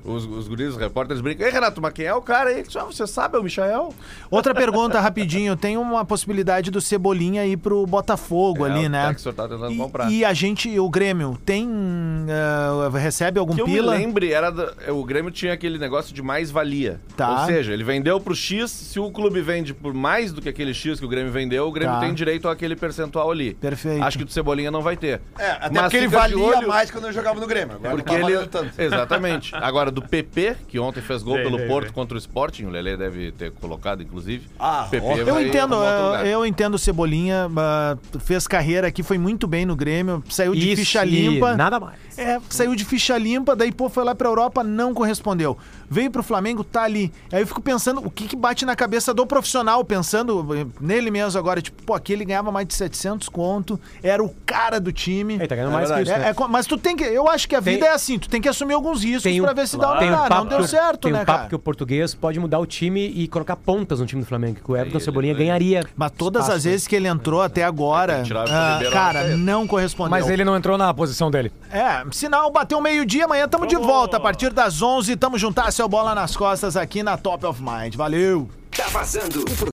Os, os guris, os repórteres brincam. Ei, Renato, mas quem é o cara aí? Ele diz, "Ah, Você sabe, é o Michael?
Outra pergunta rapidinho, tem uma possibilidade do Cebolinha ir pro Botafogo
É,
ali,
o
né?
Textor tá tentando comprar.
E a gente, o Grêmio, tem eh, recebe algum
que eu
pila?
me lembre, era da- o Grêmio tinha aquele negócio de mais-valia.
Tá.
Ou seja, ele vendeu pro X, se o clube vende por mais do que aquele X que o Grêmio vendeu, o Grêmio
Tá.
tem direito àquele percentual ali.
Perfeito.
Acho que do Cebolinha não vai ter.
É, até porque ele
fica de
valia
olho-
mais quando eu jogava no Grêmio. Agora
Porque
não tá
ele.
valendo tanto.
*laughs* Exatamente. Agora, do PP, que ontem fez gol
Vem,
pelo
vem,
Porto
vem.
contra o Sporting, o Lelê deve ter colocado, inclusive.
Ah,
PP
ó.
Eu
vai arrumar
entendo,
outro
eu,
lugar.
eu entendo o Cebolinha, ah, fez carreira aqui, foi muito bem no Grêmio, saiu de
Isso,
ficha
e
limpa.
nada mais.
É, saiu de ficha limpa, daí pô, foi lá pra Europa, não correspondeu. Veio pro Flamengo, tá ali. Aí eu fico pensando, o que que bate na cabeça do profissional, pensando eh, nele mesmo agora, tipo, pô, aqui ele ganhava mais de 700 conto, era o cara do time. Ele tá
ganhando mais que isso, né?
mas tu tem que, eu acho que a
Tem-
vida é assim, tu tem que assumir alguns riscos
Tem um-
pra ver se dá ou
tem
não
um
dá.
papo
Não deu
que-
certo,
tem um
né,
papo
cara?
que o português pode mudar o time e colocar pontas no time do Flamengo, que o Everton Cebolinha ganharia.
Mas todas
espaço, né?
as vezes que ele entrou até agora,
tirar o
ah,
Ribeiro,
cara,
né?
não correspondeu.
Mas ele não entrou na posição dele.
É, sinal bateu meio-dia, amanhã tamo de volta a partir das 11, tamo juntar seu bola nas costas aqui na Top of Mind. Valeu.
Tá vazando.